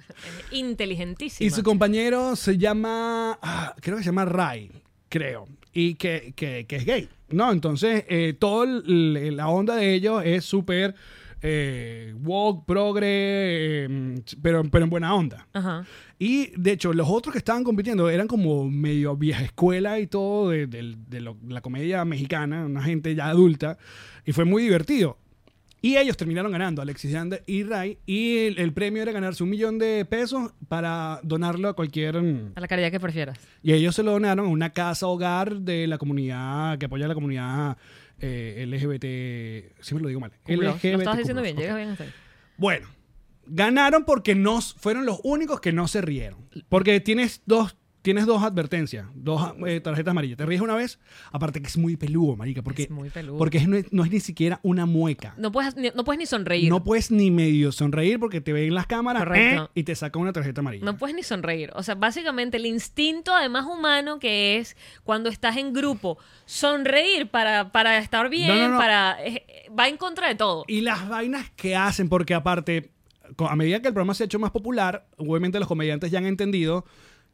B: Inteligentísima.
C: Y su compañero se llama, ah, creo que se llama Ray, creo, y que, que- que es gay, ¿no? Entonces, eh, todo el- la onda de ellos es súper eh, woke, progre, eh, pero, pero en buena onda.
B: Ajá.
C: Y de hecho, los otros que estaban compitiendo eran como medio vieja escuela y todo de, de- de lo- la comedia mexicana, una gente ya adulta, y fue muy divertido. Y ellos terminaron ganando, Alexis de Anda y Ray, y el, el premio era ganarse un millón de pesos para donarlo a cualquier... mm,
B: A la caridad que prefieras.
C: Y ellos se lo donaron a una casa hogar de la comunidad, que apoya a la comunidad eh, LGBT, siempre lo digo mal.
B: Culo. Lo estabas diciendo
C: LGBTQ+,
B: bien,
C: ok.
B: llegas bien hasta ahí.
C: Bueno, ganaron porque no s- fueron los únicos que no se rieron. Porque tienes dos, tienes dos advertencias, dos eh, tarjetas amarillas. Te ríes una vez, aparte que es muy peludo, marica, porque
B: Es muy peludo.
C: porque es- no, es, no es ni siquiera una mueca.
B: No puedes, ni, no puedes ni sonreír.
C: No puedes ni medio sonreír porque te ven las cámaras
B: Correcto.
C: eh, y te saca una tarjeta amarilla.
B: No puedes ni sonreír. O sea, básicamente el instinto además humano que es cuando estás en grupo, sonreír para, para estar bien,
C: No, no, no.
B: para eh, eh, va en contra de todo.
C: Y las vainas que hacen, porque aparte, co- a medida que el programa se ha hecho más popular, obviamente los comediantes ya han entendido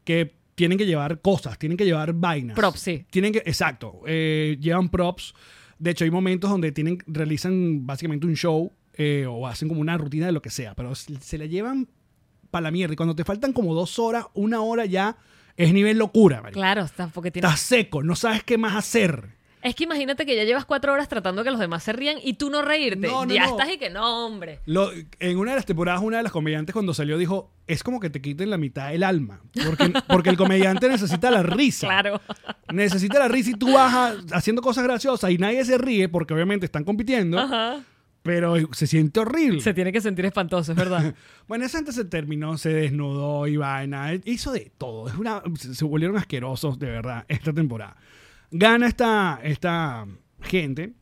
C: que tienen que llevar cosas, tienen que llevar vainas.
B: Props, sí.
C: Tienen que, exacto, eh, llevan props. De hecho, hay momentos donde tienen, realizan básicamente un show eh, o hacen como una rutina de lo que sea, pero se se la llevan para la mierda. Y cuando te faltan como dos horas, una hora ya, es nivel locura, marico.
B: Claro, está- porque tiene-
C: Estás seco, no sabes qué más hacer.
B: Es que imagínate que ya llevas cuatro horas tratando que los demás se rían y tú no reírte.
C: No, no,
B: ya
C: no.
B: estás y que no, hombre.
C: Lo- en una de las temporadas, una de las comediantes cuando salió dijo, es como que te quiten la mitad el alma, porque, porque el comediante necesita la risa.
B: Claro.
C: Necesita la risa y tú vas a- haciendo cosas graciosas y nadie se ríe porque obviamente están compitiendo,
B: Ajá.
C: pero se siente horrible.
B: Se tiene que sentir espantoso, es verdad.
C: Bueno, esa gente se terminó, se desnudó, Ivana, hizo de todo. Es una, se se volvieron asquerosos, de verdad, esta temporada. Gana esta, esta gente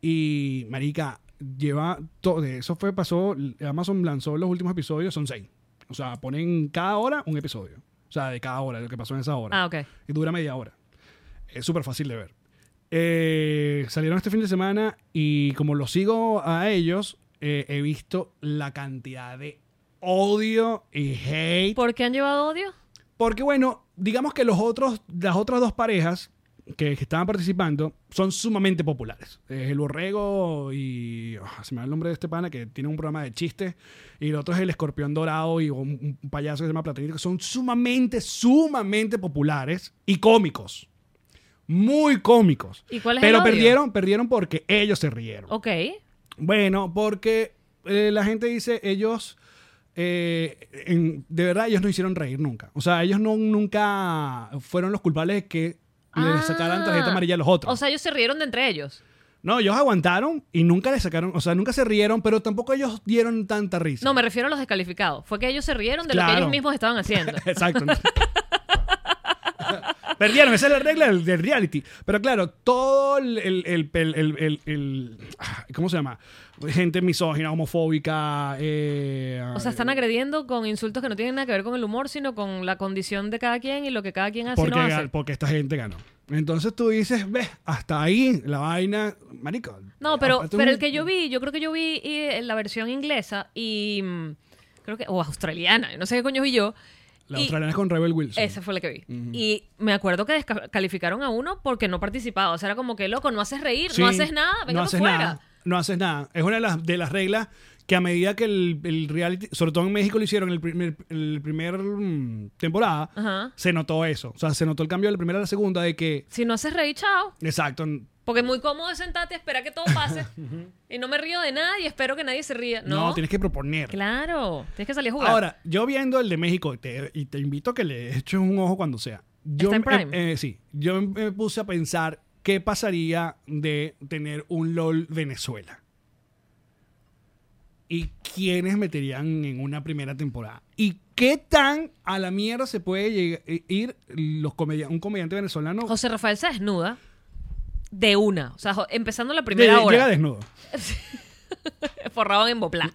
C: y, marica, lleva todo. de Eso fue, pasó, Amazon lanzó los últimos episodios, son seis. O sea, ponen cada hora un episodio. O sea, de cada hora, de lo que pasó en esa hora.
B: Ah, ok.
C: Y dura media hora. Es súper fácil de ver. Eh, salieron este fin de semana y como lo sigo a ellos, eh, he visto la cantidad de odio y hate.
B: ¿Por qué han llevado odio?
C: Porque bueno, digamos que los otros, las otras dos parejas que, que estaban participando son sumamente populares. Es el borrego y... ah, se me va el nombre de este pana que tiene un programa de chistes. Y el otro es el escorpión dorado y un, un payaso que se llama Platanito, que son sumamente, sumamente populares y cómicos. Muy cómicos.
B: ¿Y cuál es el
C: Pero
B: odio?
C: perdieron, perdieron porque ellos se rieron.
B: Ok.
C: Bueno, porque eh, la gente dice, ellos, eh, en- de verdad, ellos no hicieron reír nunca. O sea, ellos no, nunca fueron los culpables de que
B: Ah.
C: le sacaran tarjeta amarilla a los otros.
B: O sea, ellos se rieron de entre ellos.
C: no, ellos aguantaron y nunca le sacaron, o sea, nunca se rieron, pero tampoco ellos dieron tanta risa.
B: No, me refiero a los descalificados. Fue que ellos se rieron de lo
C: Claro.
B: que ellos mismos estaban haciendo.
C: Exacto. no. Perdieron, esa es la regla del, del reality. Pero claro, todo el, el- el- el- el- el- el- ah, ¿Cómo se llama? Gente misógina, homofóbica. eh,
B: O sea, están agrediendo con insultos que no tienen nada que ver con el humor, sino con la condición de cada quien y Ah, lo que cada quien hace y
C: porque,
B: no hace.
C: ga- porque esta gente ganó. Entonces tú dices, ves, hasta ahí la vaina, marico.
B: No, pero,
C: aparte
B: pero
C: un-
B: el que yo vi, yo creo que yo vi eh, la versión inglesa y mm, creo que, o australiana, yo no sé qué coño vi yo.
C: La
B: y-
C: australiana es con Rebel Wilson.
B: Esa fue la que vi. Y me acuerdo que descalificaron a uno porque no participaba. O sea, era como que loco, no haces reír,
C: Sí,
B: no haces nada, venga para
C: no haces
B: fuera.
C: nada. No haces nada. Es una de las, de las reglas que a medida que el, el reality, sobre todo en México lo hicieron en el primer, el primer mm, temporada,
B: Ajá.
C: se notó eso. O sea, se notó el cambio de la primera a la segunda de que,
B: Si no haces reír, chao.
C: exacto, n-
B: Porque es muy cómodo sentarte, espera que todo pase. y no me río de nadie, espero que nadie se ría.
C: no,
B: No,
C: tienes que proponer.
B: claro, tienes que salir a jugar.
C: Ahora, yo viendo el de México, te- y te invito a que le eches un ojo cuando sea. Yo,
B: Está en
C: me-
B: Prime.
C: eh, eh, sí, yo me puse a pensar qué pasaría de tener un LOL Venezuela. ¿Y quiénes meterían en una primera temporada? ¿Y qué tan a la mierda se puede lleg- eh, ir los comedia- un comediante venezolano?
B: José Rafael se desnuda de una. O sea, jo- empezando la
C: De-
B: primera
C: Llega
B: hora.
C: desnudo.
B: Forrado en boplá.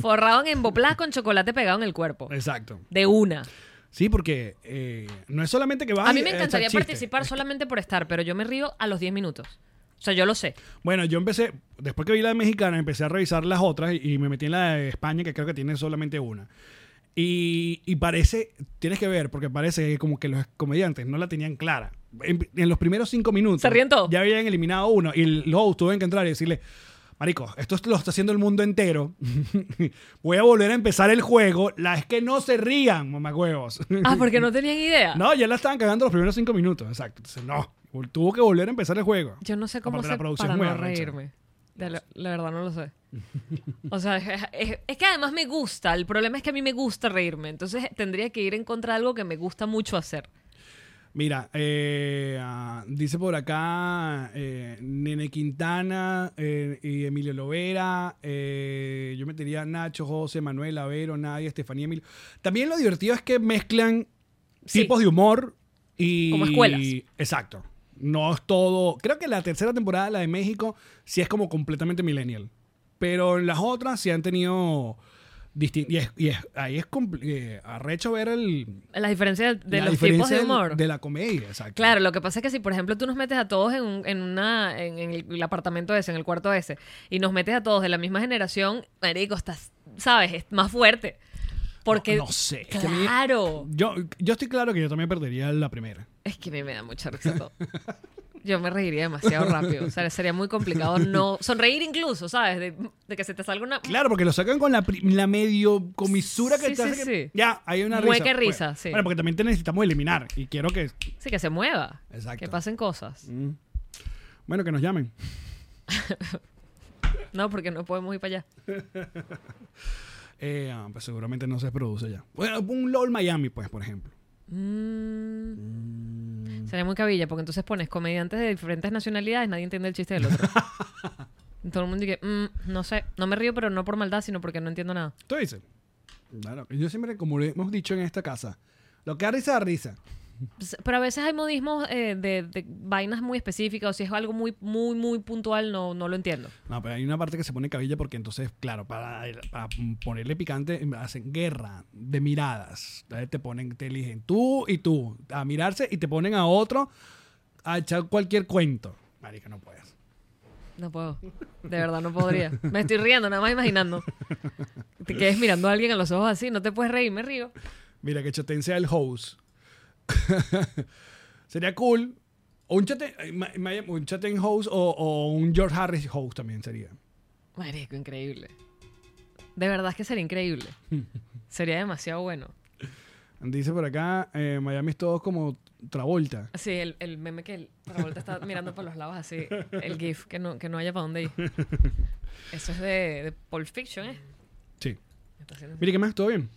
B: Forrado en boplá con chocolate pegado en el cuerpo.
C: Exacto.
B: De una.
C: Sí, porque eh, no es solamente que vas
B: A mí
C: y
B: me
C: echas
B: encantaría
C: chistes.
B: participar solamente por estar, pero yo me río a los 10 minutos. O sea, yo lo sé.
C: Bueno, yo empecé, después que vi la mexicana, empecé a revisar las otras y, y me metí en la de España, que creo que tiene solamente una. Y, y parece, tienes que ver, porque parece que como que los comediantes no la tenían clara. En, en los primeros cinco minutos.
B: Se ríen todos.
C: Ya habían eliminado uno y el host tuvo que entrar y decirle, Marico, esto lo está haciendo el mundo entero. Voy a volver a empezar el juego. La es que no se rían, mamagüevos.
B: Ah, porque no tenían idea.
C: no, ya la estaban cagando los primeros cinco minutos. Exacto. Entonces, no. Tuvo que volver a empezar el juego.
B: Yo no sé cómo
C: Aparte,
B: sé
C: Ah, la producción
B: para
C: es muy
B: no
C: arrecha.
B: reírme. De la, la verdad no lo sé. O sea, es, es- es que además me gusta. El problema es que a mí me gusta reírme. Entonces tendría que ir en contra de algo que me gusta mucho hacer.
C: Mira, eh, ah, dice por acá eh, Nene Quintana eh, y Emilio Lovera. eh, yo metería Nacho, José, Manuel, Avero, Nadia, Estefanía, Emilio. También lo divertido es que mezclan
B: Sí.
C: tipos de humor y.
B: Como escuelas.
C: Exacto. No es todo. Creo que la tercera temporada, la de México, sí es como completamente millennial. Pero en las otras sí han tenido. distin- Y, es- y es- ahí es compl- eh, arrecho ver el,
B: La diferencia de, de
C: la
B: los tipos
C: diferencia
B: de
C: del-
B: humor.
C: De la comedia, exacto.
B: Claro, lo que pasa es que si, por ejemplo, tú nos metes a todos en, un- en una, en, en el apartamento ese, en el cuarto ese, y nos metes a todos de la misma generación, marico, estás, ¿sabes? Es más fuerte. Porque...
C: No, no sé, es que a mí-
B: Claro.
C: Yo, yo estoy claro que yo también perdería la primera.
B: Es que a mí me da mucha risa todo. Yo me reiría demasiado rápido. O sea, sería muy complicado no... Sonreír incluso, ¿sabes? De, de que se te salga una...
C: Claro, porque lo sacan con la, pri- la medio comisura que
B: Sí,
C: te hace
B: sí,
C: que-
B: sí.
C: Ya, hay una risa.
B: Mueca risa,
C: bueno,
B: sí.
C: Bueno, porque también te necesitamos eliminar. Y quiero que.
B: Sí, que se mueva.
C: Exacto. Mm.
B: Que pasen cosas.
C: Bueno, que nos llamen.
B: No, porque no podemos ir para allá.
C: Eh, ah, pues seguramente no se produce ya. Bueno, un LOL Miami, pues, por ejemplo.
B: Mm. Sería muy cabilla, porque entonces pones comediantes de diferentes nacionalidades, nadie entiende el chiste del otro. Todo el mundo dice, "Mm, no sé, no me río, pero no por maldad, sino porque no entiendo nada.
C: ¿Tú dices? Claro. Yo siempre, como le hemos dicho en esta casa, lo que da risa da risa.
B: Pues, Pero a veces hay modismos eh, de, de vainas muy específicas, o si es algo muy, muy, muy puntual, no, no lo entiendo.
C: No, pero hay una parte que se pone cabilla porque entonces, claro, para, para ponerle picante hacen guerra de miradas. Entonces Te ponen, te eligen tú y tú a mirarse y te ponen a otro a echar cualquier cuento. Marica, no puedes.
B: No puedo. De verdad, no podría. Me estoy riendo, nada más imaginando. Te quedes mirando a alguien a los ojos así, no te puedes reír, me río.
C: Mira, que chaten sea el host. Sería cool. O un chaten, eh, ma- ma- un chaten host o, o un George Harris host también sería.
B: Marico, increíble. De verdad es que sería increíble. Sería demasiado bueno.
C: Dice por acá, eh, Miami es todo como Travolta.
B: Sí, el, el meme que el Travolta está mirando por los lados así, el GIF, que no, que no haya para dónde ir. Eso es de, de Pulp Fiction, ¿eh?
C: Sí.
B: Me está haciendo-
C: Mire, ¿qué más? ¿Todo bien?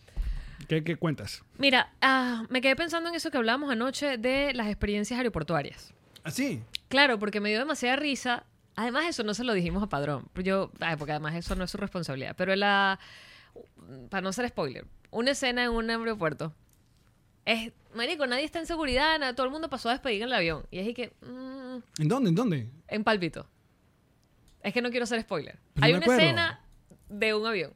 C: ¿Qué, qué cuentas?
B: Mira, ah, me quedé pensando en eso que hablábamos anoche de las experiencias aeroportuarias.
C: ¿Ah, sí?
B: Claro, porque me dio demasiada risa. Además, eso no se lo dijimos a Padrón. Yo, ay, porque además eso no es su responsabilidad. Pero la. Para no ser spoiler, una escena en un aeropuerto. Es. Marico, nadie está en seguridad, nada, todo el mundo pasó a despedir en el avión. Y es así que. mm,
C: ¿En dónde? ¿En dónde?
B: En palpito. Es que no quiero ser spoiler.
C: Pero
B: Hay
C: no
B: una
C: me acuerdo.
B: escena de un avión.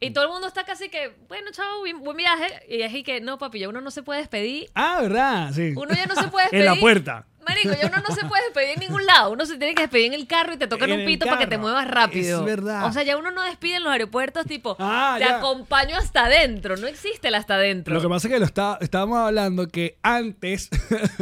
B: Y todo el mundo está casi que, bueno, chao, bien- buen viaje. Y es y que, no, papi, ya uno no se puede despedir.
C: Ah, ¿verdad? Sí.
B: Uno ya no se puede despedir.
C: en la puerta.
B: Marico, ya uno no se puede despedir en ningún lado. Uno se tiene que despedir en el carro y te tocan
C: En
B: un
C: el
B: pito para que te
C: carro.
B: muevas rápido.
C: Es verdad.
B: O sea, ya uno no despide en los aeropuertos, tipo,
C: Ah,
B: te
C: ya.
B: acompaño hasta adentro. No existe el hasta adentro.
C: Lo que pasa es que lo está, estábamos hablando que antes.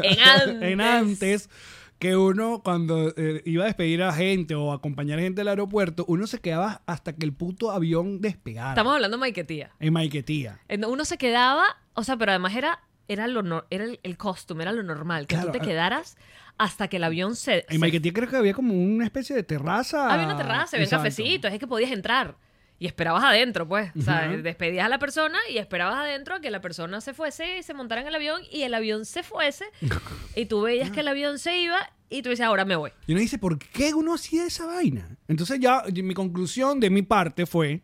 B: En antes.
C: en antes, Que uno, cuando eh, iba a despedir a gente o acompañar gente al aeropuerto, uno se quedaba hasta que el puto avión despegara.
B: Estamos hablando de maiquetía.
C: En Maiquetía.
B: En- Uno se quedaba, o sea, pero además era, era, lo no- era el, el costume, era lo normal, que
C: Claro,
B: tú te
C: ah.
B: quedaras hasta que el avión se...
C: En
B: se-
C: Maiquetía creo que había como una especie de terraza.
B: había una terraza, había un
C: Exacto.
B: cafecito, es que podías entrar. Y esperabas adentro, pues. O sea,
C: Ujú.
B: despedías a la persona y esperabas adentro a que la persona se fuese y se montara en el avión y el avión se fuese. y tú veías que el avión se iba y tú dices, ahora me voy.
C: Y uno dice, ¿por qué uno hacía esa vaina? Entonces ya y mi conclusión de mi parte fue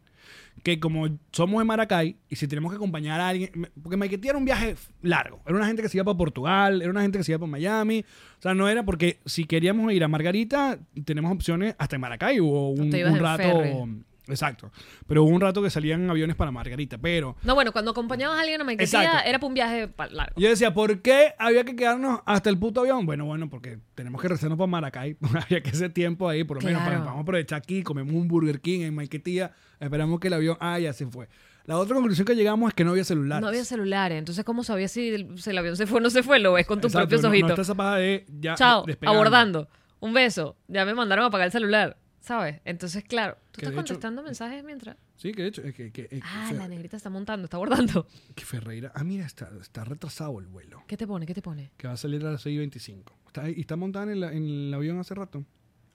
C: que como somos de Maracay y si tenemos que acompañar a alguien, me- porque Maiquetía era un viaje f- largo, era una gente que se iba para Portugal, era una gente que se iba para Miami, o sea, no era porque si queríamos ir a Margarita, tenemos opciones hasta en Maracay, hubo un,
B: te ibas
C: un
B: en
C: rato,
B: ferry.
C: exacto, pero hubo un rato que salían aviones para Margarita, pero
B: No, bueno, cuando acompañabas a alguien a Maiquetía
C: Exacto.
B: era para un viaje pa- largo.
C: yo decía, ¿por qué había que quedarnos hasta el puto avión? Bueno, bueno, porque tenemos que rezarnos para Maracay. había que ese tiempo ahí, por lo menos,
B: Claro.
C: para, vamos a aprovechar aquí, comemos un Burger King en Maiquetía, esperamos que el avión, ah, ya se fue. La otra conclusión que llegamos es que no había celulares.
B: No había celulares, entonces ¿cómo sabías si el, si el avión se fue o no se fue? Lo ves con tus
C: Exacto,
B: propios
C: no-
B: ojitos.
C: No, está esa paja Ah, de ya
B: Chao,
C: despegando.
B: abordando. Un beso. Ya me mandaron a apagar el celular, ¿sabes? Entonces, claro, tú
C: Que
B: estás
C: de hecho-
B: contestando mensajes mientras...
C: Sí, que de hecho, es que, que- que-
B: Ah,
C: Fer-
B: la negrita está montando, está abordando.
C: que Ferreira, ah, mira, está, está retrasado el vuelo,
B: ¿Qué te pone? ¿Qué te pone?
C: que va a salir a las 6.25. Está, ahí- y está montada en el, en el avión hace rato.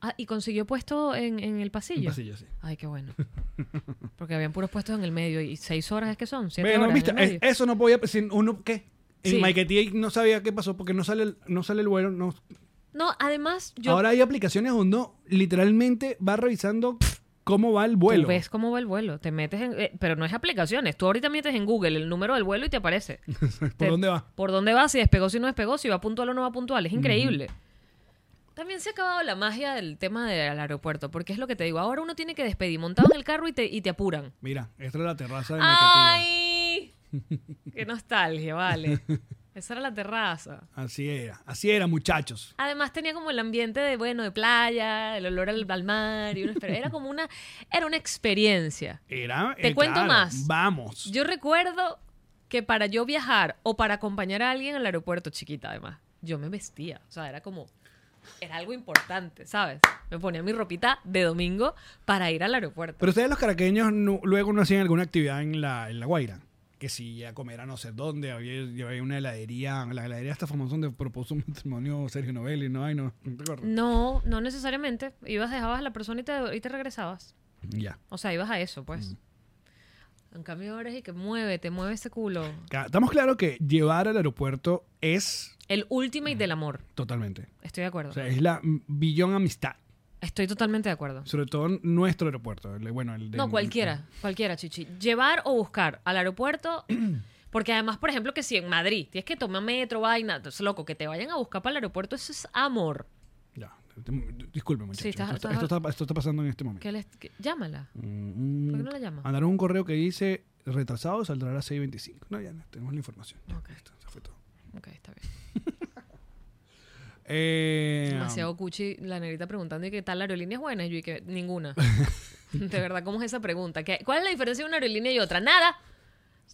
B: Ah, y consiguió puesto en, en el pasillo.
C: En pasillo, sí.
B: Ay, qué bueno. Porque habían puros puestos en el medio y seis horas es que son. Siete
C: Bueno,
B: horas
C: viste,
B: en el
C: es-
B: medio.
C: eso no podía sin uno qué. En
B: Sí.
C: Maiquetía no sabía qué pasó porque no sale el, no sale el vuelo. No.
B: No, además, yo
C: Ahora hay aplicaciones donde uno literalmente va revisando cómo va el
B: tú
C: vuelo.
B: ves cómo va el vuelo. Te metes en. eh, pero no es aplicaciones. Tú ahorita metes en Google el número del vuelo y te aparece.
C: ¿Por
B: Te-
C: dónde va?
B: ¿Por dónde va? Si despegó, si no despegó, si va puntual o no va puntual. Es increíble. También se ha acabado la magia del tema del aeropuerto, porque es lo que te digo. Ahora uno tiene que despedir montado en el carro y te, y te apuran.
C: Mira, esta es la terraza de Maiquetía.
B: ¡Ay! ¡Qué nostalgia, vale! Esa era la terraza.
C: Así era, así era, muchachos.
B: Además tenía como el ambiente de, bueno, de playa, el olor al, al mar. Y una esper- era como una... Era una experiencia.
C: Era,
B: Te
C: eh,
B: cuento
C: claro,
B: más.
C: Vamos.
B: Yo recuerdo que para yo viajar o para acompañar a alguien al aeropuerto, chiquita además, yo me vestía. O sea, era como... Era algo importante, ¿sabes? Me ponía mi ropita de domingo para ir al aeropuerto.
C: Pero ustedes los caraqueños no- luego no hacían alguna actividad en la, en la Guaira. Que si a comer a no sé dónde, había, había una heladería, la heladería hasta famosa donde propuso un matrimonio Sergio Novelli, no, ay, no, no te acuerdas.
B: No, no necesariamente. Ibas, dejabas a la persona y te, y te regresabas.
C: Ya.
B: O sea, ibas a eso, pues. En cambio ahora es y que muévete, mueve ese culo.
C: Ca- Estamos claros que llevar al aeropuerto es
B: El ultimate del amor.
C: totalmente.
B: Estoy de acuerdo.
C: O sea, es la mm, billón amistad.
B: Estoy totalmente de acuerdo.
C: Sobre todo en nuestro aeropuerto. el de- bueno, el de-
B: No, cualquiera, cualquiera, Chichi. Llevar o buscar al aeropuerto. Porque además, por ejemplo, que si en Madrid tienes que tomar metro, vaina, entonces, loco, que te vayan a buscar para el aeropuerto, eso es amor.
C: Ya. mm, Disculpe, muchachos.
B: Sí, estás-
C: esto,
B: estás-
C: esto está, esto está pasando en este momento.
B: Que les- que- llámala.
C: Mm, mm.
B: ¿Por qué no la llama?
C: Mandaron un correo que dice retrasado saldrá a las 6.25. No, ya no, tenemos la información. Ya,
B: Ok.
C: listo, eso fue todo.
B: Ok, está bien.
C: Eh,
B: Demasiado cuchi la negrita preguntando y qué tal la aerolínea es buena. Y yo y que ninguna. de verdad, ¿cómo es esa pregunta? ¿Qué- ¿Cuál es la diferencia de una aerolínea y otra? Nada.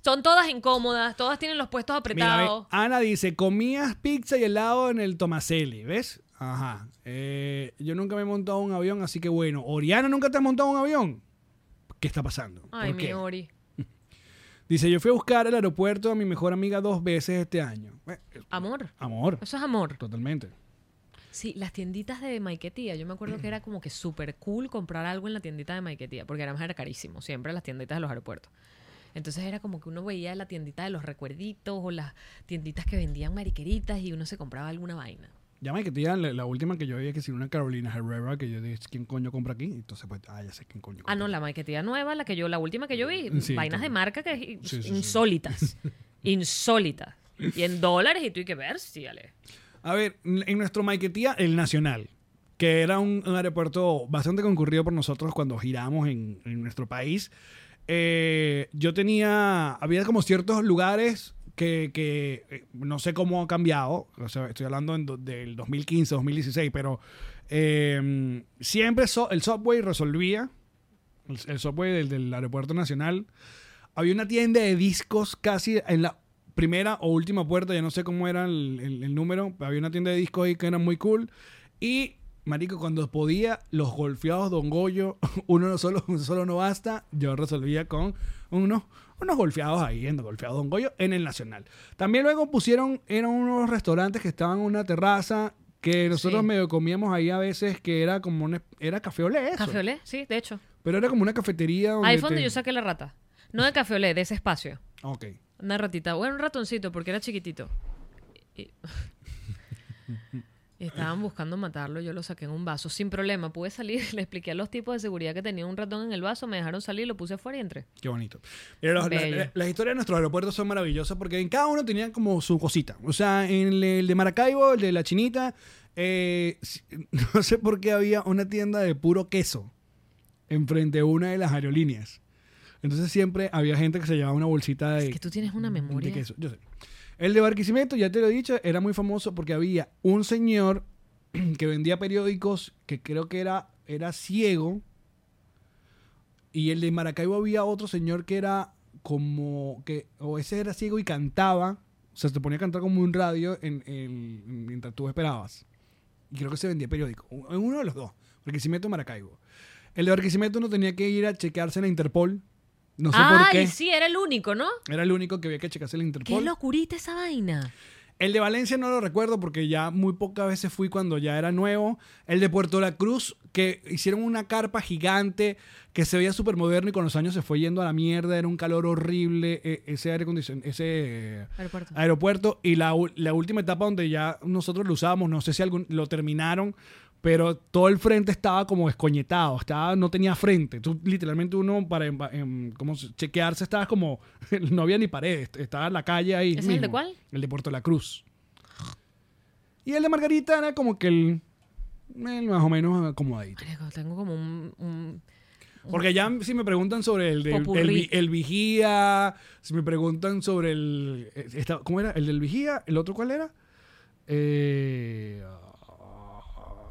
B: Son todas incómodas, todas tienen los puestos
C: Mira, ve, ah,
B: apretados.
C: Ana dice, comías pizza y helado en el Tomaselli, ¿ves? Ajá. Eh, yo nunca me he montado un avión, así que bueno. Oriana, ¿nunca te has montado un avión? ¿Qué está pasando?
B: Ay,
C: ¿Por
B: mi
C: qué?
B: Ori.
C: Dice, yo fui a buscar al aeropuerto a mi mejor amiga dos veces este año. Eh, eh,
B: Amor.
C: amor,
B: Eso es amor.
C: totalmente.
B: Sí, las tienditas de Maiquetía. Yo me acuerdo que era como que súper cool comprar algo en la tiendita de Maiquetía, porque además era carísimo, siempre las tienditas de los aeropuertos. Entonces era como que uno veía la tiendita de los recuerditos o las tienditas que vendían mariqueritas y uno se compraba alguna vaina.
C: Ya me que te digan, la, la última que yo vi es que si una Carolina Herrera, que yo dije, ¿quién coño compra aquí? Entonces, pues, ah, ya sé quién coño compra.
B: Ah, no, la Maiquetía nueva, la que yo, la última que yo vi,
C: Sí,
B: vainas
C: claro.
B: de marca que i-
C: Sí, sí, sí.
B: insólitas. Insólitas. Y en dólares, y tú y que ver, sí, Ale.
C: A ver, n- en nuestro Maiquetía, el Nacional, que era un, un aeropuerto bastante concurrido por nosotros cuando giramos en, en nuestro país, eh, yo tenía, había como ciertos lugares que, que, eh, no sé cómo ha cambiado, o sea, estoy hablando en do- del 2015, 2016, pero eh, siempre so- el subway resolvía, el, el subway del, del aeropuerto nacional, había una tienda de discos casi en la primera o última puerta, ya no sé cómo era el, el- el número, pero había una tienda de discos ahí que era muy cool. Y, marico, cuando podía, los golfeados Don Goyo, uno no solo, un solo no basta, yo resolvía con unos, unos golfeados ahí, en golfeados Don Goyo, en el Nacional. También luego pusieron, eran unos restaurantes que estaban en una terraza que nosotros
B: Sí.
C: medio comíamos ahí a veces, que era como un, era café olé eso.
B: ¿Café Olé? Sí, de hecho.
C: Pero era como una cafetería donde
B: Ahí fue donde
C: te-
B: yo saqué la rata. No de Café Olé, de ese espacio.
C: Ok.
B: Una ratita. Bueno, un ratoncito, porque era chiquitito. Y, y estaban buscando matarlo. Yo lo saqué en un vaso sin problema. Pude salir. Le expliqué a los tipos de seguridad que tenía un ratón en el vaso. Me dejaron salir, lo puse afuera y entré.
C: Qué bonito. Mira, los- la-
B: Bello.
C: la- las historias de nuestros aeropuertos son maravillosas porque en cada uno tenían como su cosita. O sea, en el, el de Maracaibo, el de La Chinita, eh, si- no sé por qué había una tienda de puro queso enfrente de una de las aerolíneas. Entonces siempre había gente que se llevaba una bolsita de,
B: Es que tú tienes una
C: de
B: memoria.
C: queso. Yo sé. El de Barquisimeto, ya te lo he dicho, era muy famoso porque había un señor que vendía periódicos que creo que era, era ciego. Y el de Maracaibo había otro señor que era como que, o ese era ciego y cantaba. O sea, se ponía a cantar como un radio en, en- mientras tú esperabas. Y creo que se vendía periódico. U- En uno de los dos. Barquisimeto o Maracaibo. El de Barquisimeto no tenía que ir a chequearse en la Interpol. No sé por
B: Ay,
C: qué.
B: sí, era el único, ¿no?
C: Era el único que había que checarse en la Interpol.
B: Qué locurita esa vaina.
C: El de Valencia no lo recuerdo porque ya muy pocas veces fui cuando ya era nuevo. El de Puerto La Cruz, que hicieron una carpa gigante que se veía súper moderno y con los años se fue yendo a la mierda. Era un calor horrible. e- Ese aire acondicionado, ese eh,
B: Aeropuerto.
C: aeropuerto. Y la, u- la última etapa donde ya nosotros lo usábamos, no sé si algún, lo terminaron, pero todo el frente estaba como escoñetado. Estaba, no tenía frente. Tú, literalmente uno para em- em- como chequearse estabas como. no había ni paredes. Estaba en la calle ahí.
B: ¿Ese es el de
C: mismo.
B: cuál?
C: El de Puerto La Cruz. Y el de Margarita era como que el, el más o menos acomodadito.
B: Marico, Tengo como un- un
C: Porque ya si me preguntan sobre el de- el,
B: Popurrí.
C: vi- el vigía, si me preguntan sobre el... eh, esta- ¿Cómo era? ¿El del vigía? ¿El otro cuál era? Eh,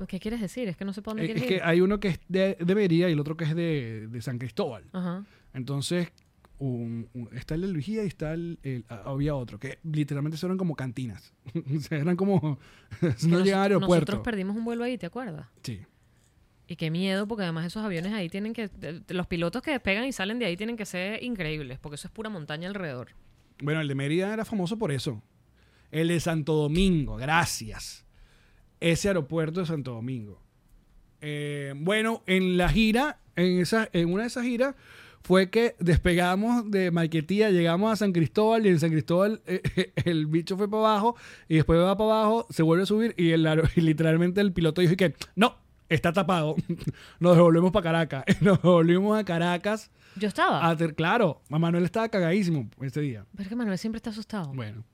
B: ¿Qué quieres decir? Es que no sé para dónde
C: eh, es
B: quieres
C: que
B: ir.
C: hay uno que es de, de Vería y el otro que es de, de San Cristóbal.
B: Ajá.
C: Entonces, un- un- está el del vigía y está el, el- ah, Había otro, que literalmente eso eran como cantinas. O sea, eran como...
B: Que
C: no
B: nos-
C: llegaban a aeropuerto.
B: Nosotros perdimos un vuelo ahí, ¿te acuerdas?
C: Sí.
B: Y qué miedo, porque además esos aviones ahí tienen que... de- Los pilotos que despegan y salen de ahí tienen que ser increíbles, porque eso es pura montaña alrededor.
C: Bueno, el de Mérida era famoso por eso. El de Santo Domingo, gracias. Ese aeropuerto de Santo Domingo. Eh, bueno, en la gira, en, esa, en una de esas giras, fue que despegamos de Maiquetía, llegamos a San Cristóbal y en San Cristóbal eh, el bicho fue para abajo y después va para abajo, se vuelve a subir y, el, aero- y literalmente el piloto dijo que no, está tapado, nos devolvemos para Caracas, nos devolvimos a Caracas.
B: Yo estaba.
C: A ter- claro, Manuel estaba cagadísimo ese día.
B: Pero es que Manuel siempre está asustado.
C: Bueno.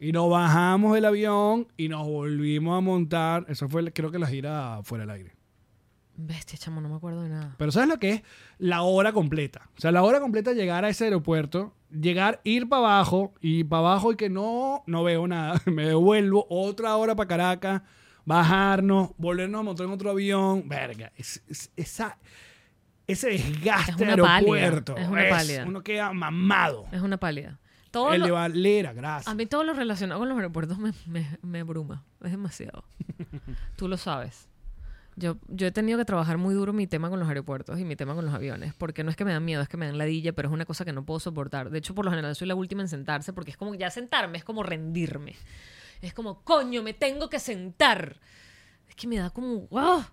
C: Y nos bajamos del avión y nos volvimos a montar. Eso fue, creo que la gira fuera del aire.
B: Bestia, chamo, no me acuerdo de nada.
C: Pero ¿sabes lo que es? La hora completa. O sea, la hora completa llegar a ese aeropuerto, llegar, ir para abajo y para abajo y que no, no veo nada. Me devuelvo otra hora para Caracas, bajarnos, volvernos a montar en otro avión. Verga. es- es- esa, ese desgaste
B: Es
C: de
B: una pálida,
C: aeropuerto.
B: es una pálida.
C: Uno queda mamado.
B: Es una pálida. Todo
C: El
B: lo-
C: de Valera,
B: A
C: gracias.
B: mí todo lo relacionado con los aeropuertos me, me, me abruma. Es demasiado. Tú lo sabes. Yo, yo he tenido que trabajar muy duro mi tema con los aeropuertos y mi tema con los aviones, porque no es que me dan miedo, es que me dan ladilla, pero es una cosa que no puedo soportar. De hecho, por lo general soy la última en sentarse, porque es como que ya sentarme es como rendirme. Es como, coño, me tengo que sentar. Es que me da como, wow.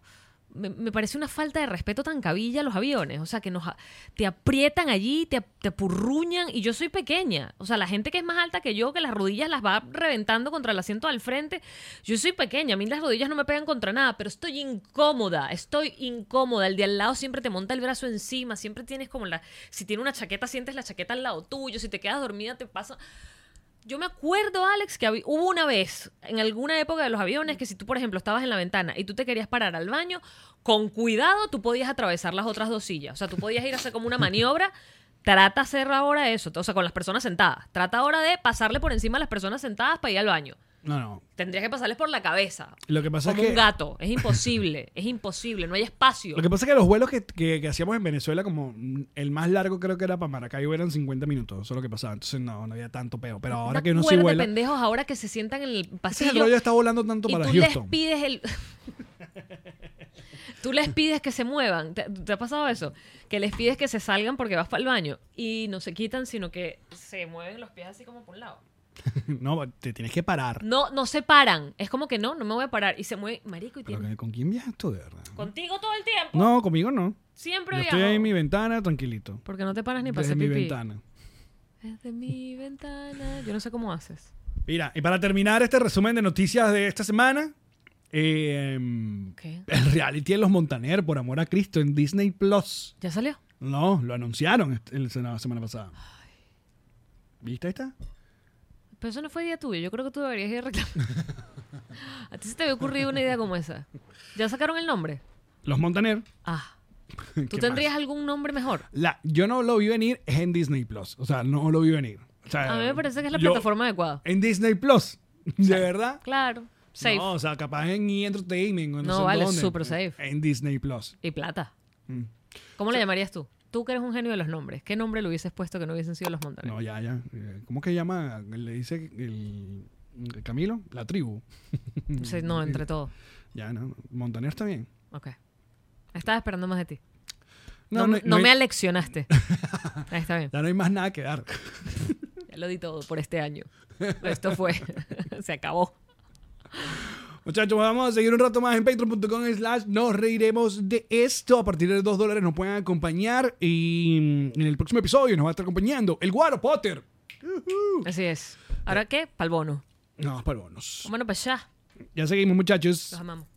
B: Me, me parece una falta de respeto tan cabilla a los aviones. O sea, que nos, a- te aprietan allí, te, ap- te apurruñan. Y yo soy pequeña. O sea, la gente que es más alta que yo, que las rodillas las va reventando contra el asiento al frente. Yo soy pequeña. A mí las rodillas no me pegan contra nada, pero estoy incómoda. Estoy incómoda. El de al lado siempre te monta el brazo encima. Siempre tienes como la. Si tiene una chaqueta, sientes la chaqueta al lado tuyo. Si te quedas dormida, te pasa. Yo me acuerdo, Alex, que habi- hubo una vez, en alguna época de los aviones, que si tú, por ejemplo, estabas en la ventana y tú te querías parar al baño, con cuidado tú podías atravesar las otras dos sillas. O sea, tú podías ir a hacer como una maniobra Trata de hacer ahora eso, o sea, con las personas sentadas. Trata ahora de pasarle por encima a las personas sentadas para ir al baño.
C: No, no.
B: Tendrías que pasarles por la cabeza.
C: Lo que pasa
B: como
C: es que.
B: un gato. Es imposible. es imposible. No hay espacio.
C: Lo que pasa es que los vuelos que, que- que hacíamos en Venezuela, como mm, el más largo creo que era para Maracaibo, eran 50 minutos. Eso es lo que pasaba. Entonces no, no había tanto peo. Pero ahora
B: Una
C: que uno sí
B: cuerda de
C: vuela. Ese
B: pendejos ahora que se sientan en el
C: es
B: pasillo.
C: el rollo está volando tanto
B: y
C: para
B: tú
C: Houston.
B: les pides el tú les pides que se muevan ¿Te, te ha pasado eso que les pides que se salgan porque vas para el baño y no se quitan sino que se mueven los pies así como por un lado
C: no, te tienes que parar.
B: no no se paran es como que no no me voy a parar y se mueven marico y
C: Pero
B: tiene-
C: que- ¿con quién viajas tú de verdad?
B: contigo todo el tiempo
C: No, conmigo no.
B: siempre
C: Yo
B: viajo
C: estoy ahí en mi ventana, tranquilito.
B: porque no te paras ni para
C: Desde
B: hacer
C: mi
B: pipí
C: ventana.
B: desde mi ventana yo no sé cómo haces
C: Mira, y para terminar este resumen de noticias de esta semana, eh,
B: ¿Qué?
C: el reality de los Montaner, por amor a Cristo, en Disney Plus.
B: ya salió
C: No, lo anunciaron est- el- la semana pasada. ¿Viste? Ahí está.
B: pero eso no fue idea tuya yo creo que tú deberías ir a reclamar a ti se te había ocurrido una idea como esa ya sacaron el nombre
C: Los Montaner.
B: ah
C: ¿Qué
B: ¿Tú
C: más?
B: tendrías algún nombre mejor?
C: La, yo no lo vi venir es en Disney Plus. O sea, no lo vi venir. O sea,
B: A mí me parece que es la
C: Eh, yo-
B: plataforma adecuada.
C: En Disney Plus. ¿De verdad?
B: Claro, safe.
C: No, o sea, capaz en E! Entertainment. o No,
B: No,
C: sé en
B: vale,
C: dónde.
B: super safe.
C: En Disney Plus.
B: Y plata.
C: Mm.
B: ¿Cómo le llamarías tú? Tú que eres un genio de los nombres. ¿Qué nombre le hubieses puesto que no hubiesen sido los Montaner?
C: No, ya, ya. Eh, ¿Cómo que llama? Le dice el, el Camilo, la tribu.
B: O sea, no, entre todos.
C: Ya, no. Montaner está bien.
B: Ok. Estaba esperando más de ti.
C: No,
B: No,
C: no,
B: me-
C: no
B: no me
C: hay-
B: aleccionaste. Ahí está bien.
C: Ya no hay más nada que dar.
B: Ya lo di todo por este año. Esto fue. Se acabó.
C: Muchachos, vamos a seguir un rato más en patreon.com slash nos reiremos de esto. A partir de 2 dólares nos pueden acompañar y mm, en el próximo episodio nos va a estar acompañando el Guaro Potter. Uh.
B: Así es. ¿Ahora qué? Pal bono.
C: No, para bonos.
B: Bueno, pues ya.
C: Ya seguimos, muchachos.
B: Los amamos.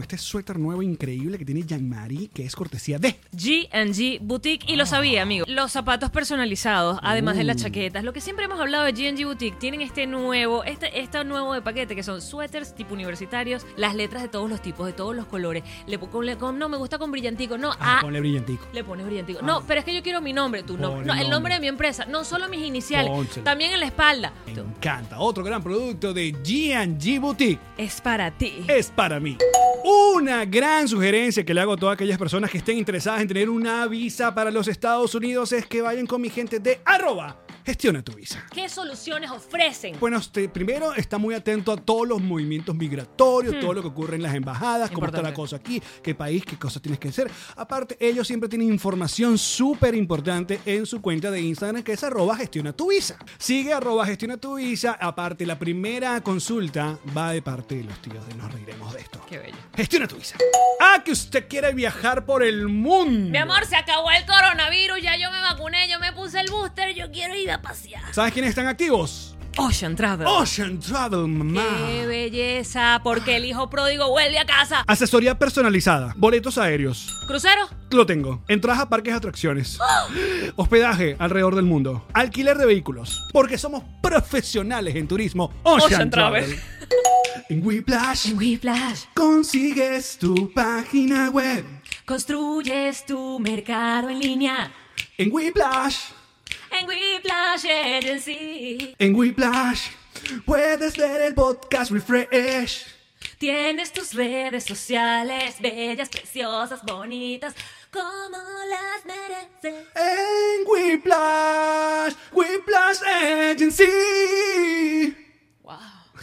C: este suéter nuevo increíble que tiene Jean-Marie, que es cortesía de...
B: G&G Boutique
C: Ah.
B: y lo sabía, amigo. Los zapatos personalizados, además de
C: Uh.
B: las chaquetas, lo que siempre hemos hablado de G&G Boutique, tienen este nuevo, este, este nuevo de paquete que son suéteres tipo universitarios, las letras de todos los tipos, de todos los colores. Le, po- con- le- con- no me gusta con brillantico, no,
C: Ah,
B: ah,
C: ponle brillantico.
B: le pones brillantico. No, pero es que yo quiero mi nombre, tu nombre,
C: Pon
B: no,
C: el
B: el nombre
C: nombre.
B: de mi empresa, no solo mis iniciales,
C: Pónselo.
B: también en la espalda.
C: Me
B: Tú,
C: encanta. Otro gran producto de G&G Boutique.
B: Es para ti.
C: es para mí. Una gran sugerencia que le hago a todas aquellas personas que estén interesadas en tener una visa para los Estados Unidos es que vayan con mi gente de arroba. Gestiona tu visa.
B: ¿Qué soluciones ofrecen?
C: Bueno, usted primero está muy atento a todos los movimientos migratorios, todo lo que ocurre en las embajadas, cómo está la
B: Hmm. Importante.
C: cosa aquí, qué país, qué cosas tienes que hacer. Aparte, ellos siempre tienen información súper importante en su cuenta de Instagram, que es arroba gestiona tu visa. Sigue arroba gestiona tu visa. Aparte, la primera consulta va de parte de los tíos de Nos Reiremos de esto.
B: Qué bello.
C: Gestiona tu visa. Ah, que usted quiere viajar por el mundo.
B: Mi amor, se acabó el coronavirus, ya yo me vacuné, yo me puse el booster, yo quiero ir a pasear.
C: ¿Sabes quiénes están activos?
B: Ocean Travel.
C: Ocean Travel, mamá.
B: ¡Qué belleza! Porque el hijo pródigo vuelve a casa.
C: Asesoría personalizada. Boletos aéreos.
B: ¿Crucero?
C: Lo tengo. Entradas a parques y atracciones. Hospedaje alrededor del mundo. Alquiler de vehículos. Porque somos profesionales en turismo. Ocean,
B: Ocean
C: Travel.
B: Travel.
C: en Whiplash
B: Whiplash,
C: consigues tu página web.
B: construyes tu mercado en línea.
C: En Whiplash,
B: En Whiplash Agency
C: en Whiplash, puedes leer el podcast Refresh.
B: tienes tus redes sociales bellas, preciosas, bonitas, como las mereces.
C: En Whiplash, Whiplash Agency.
B: Wow.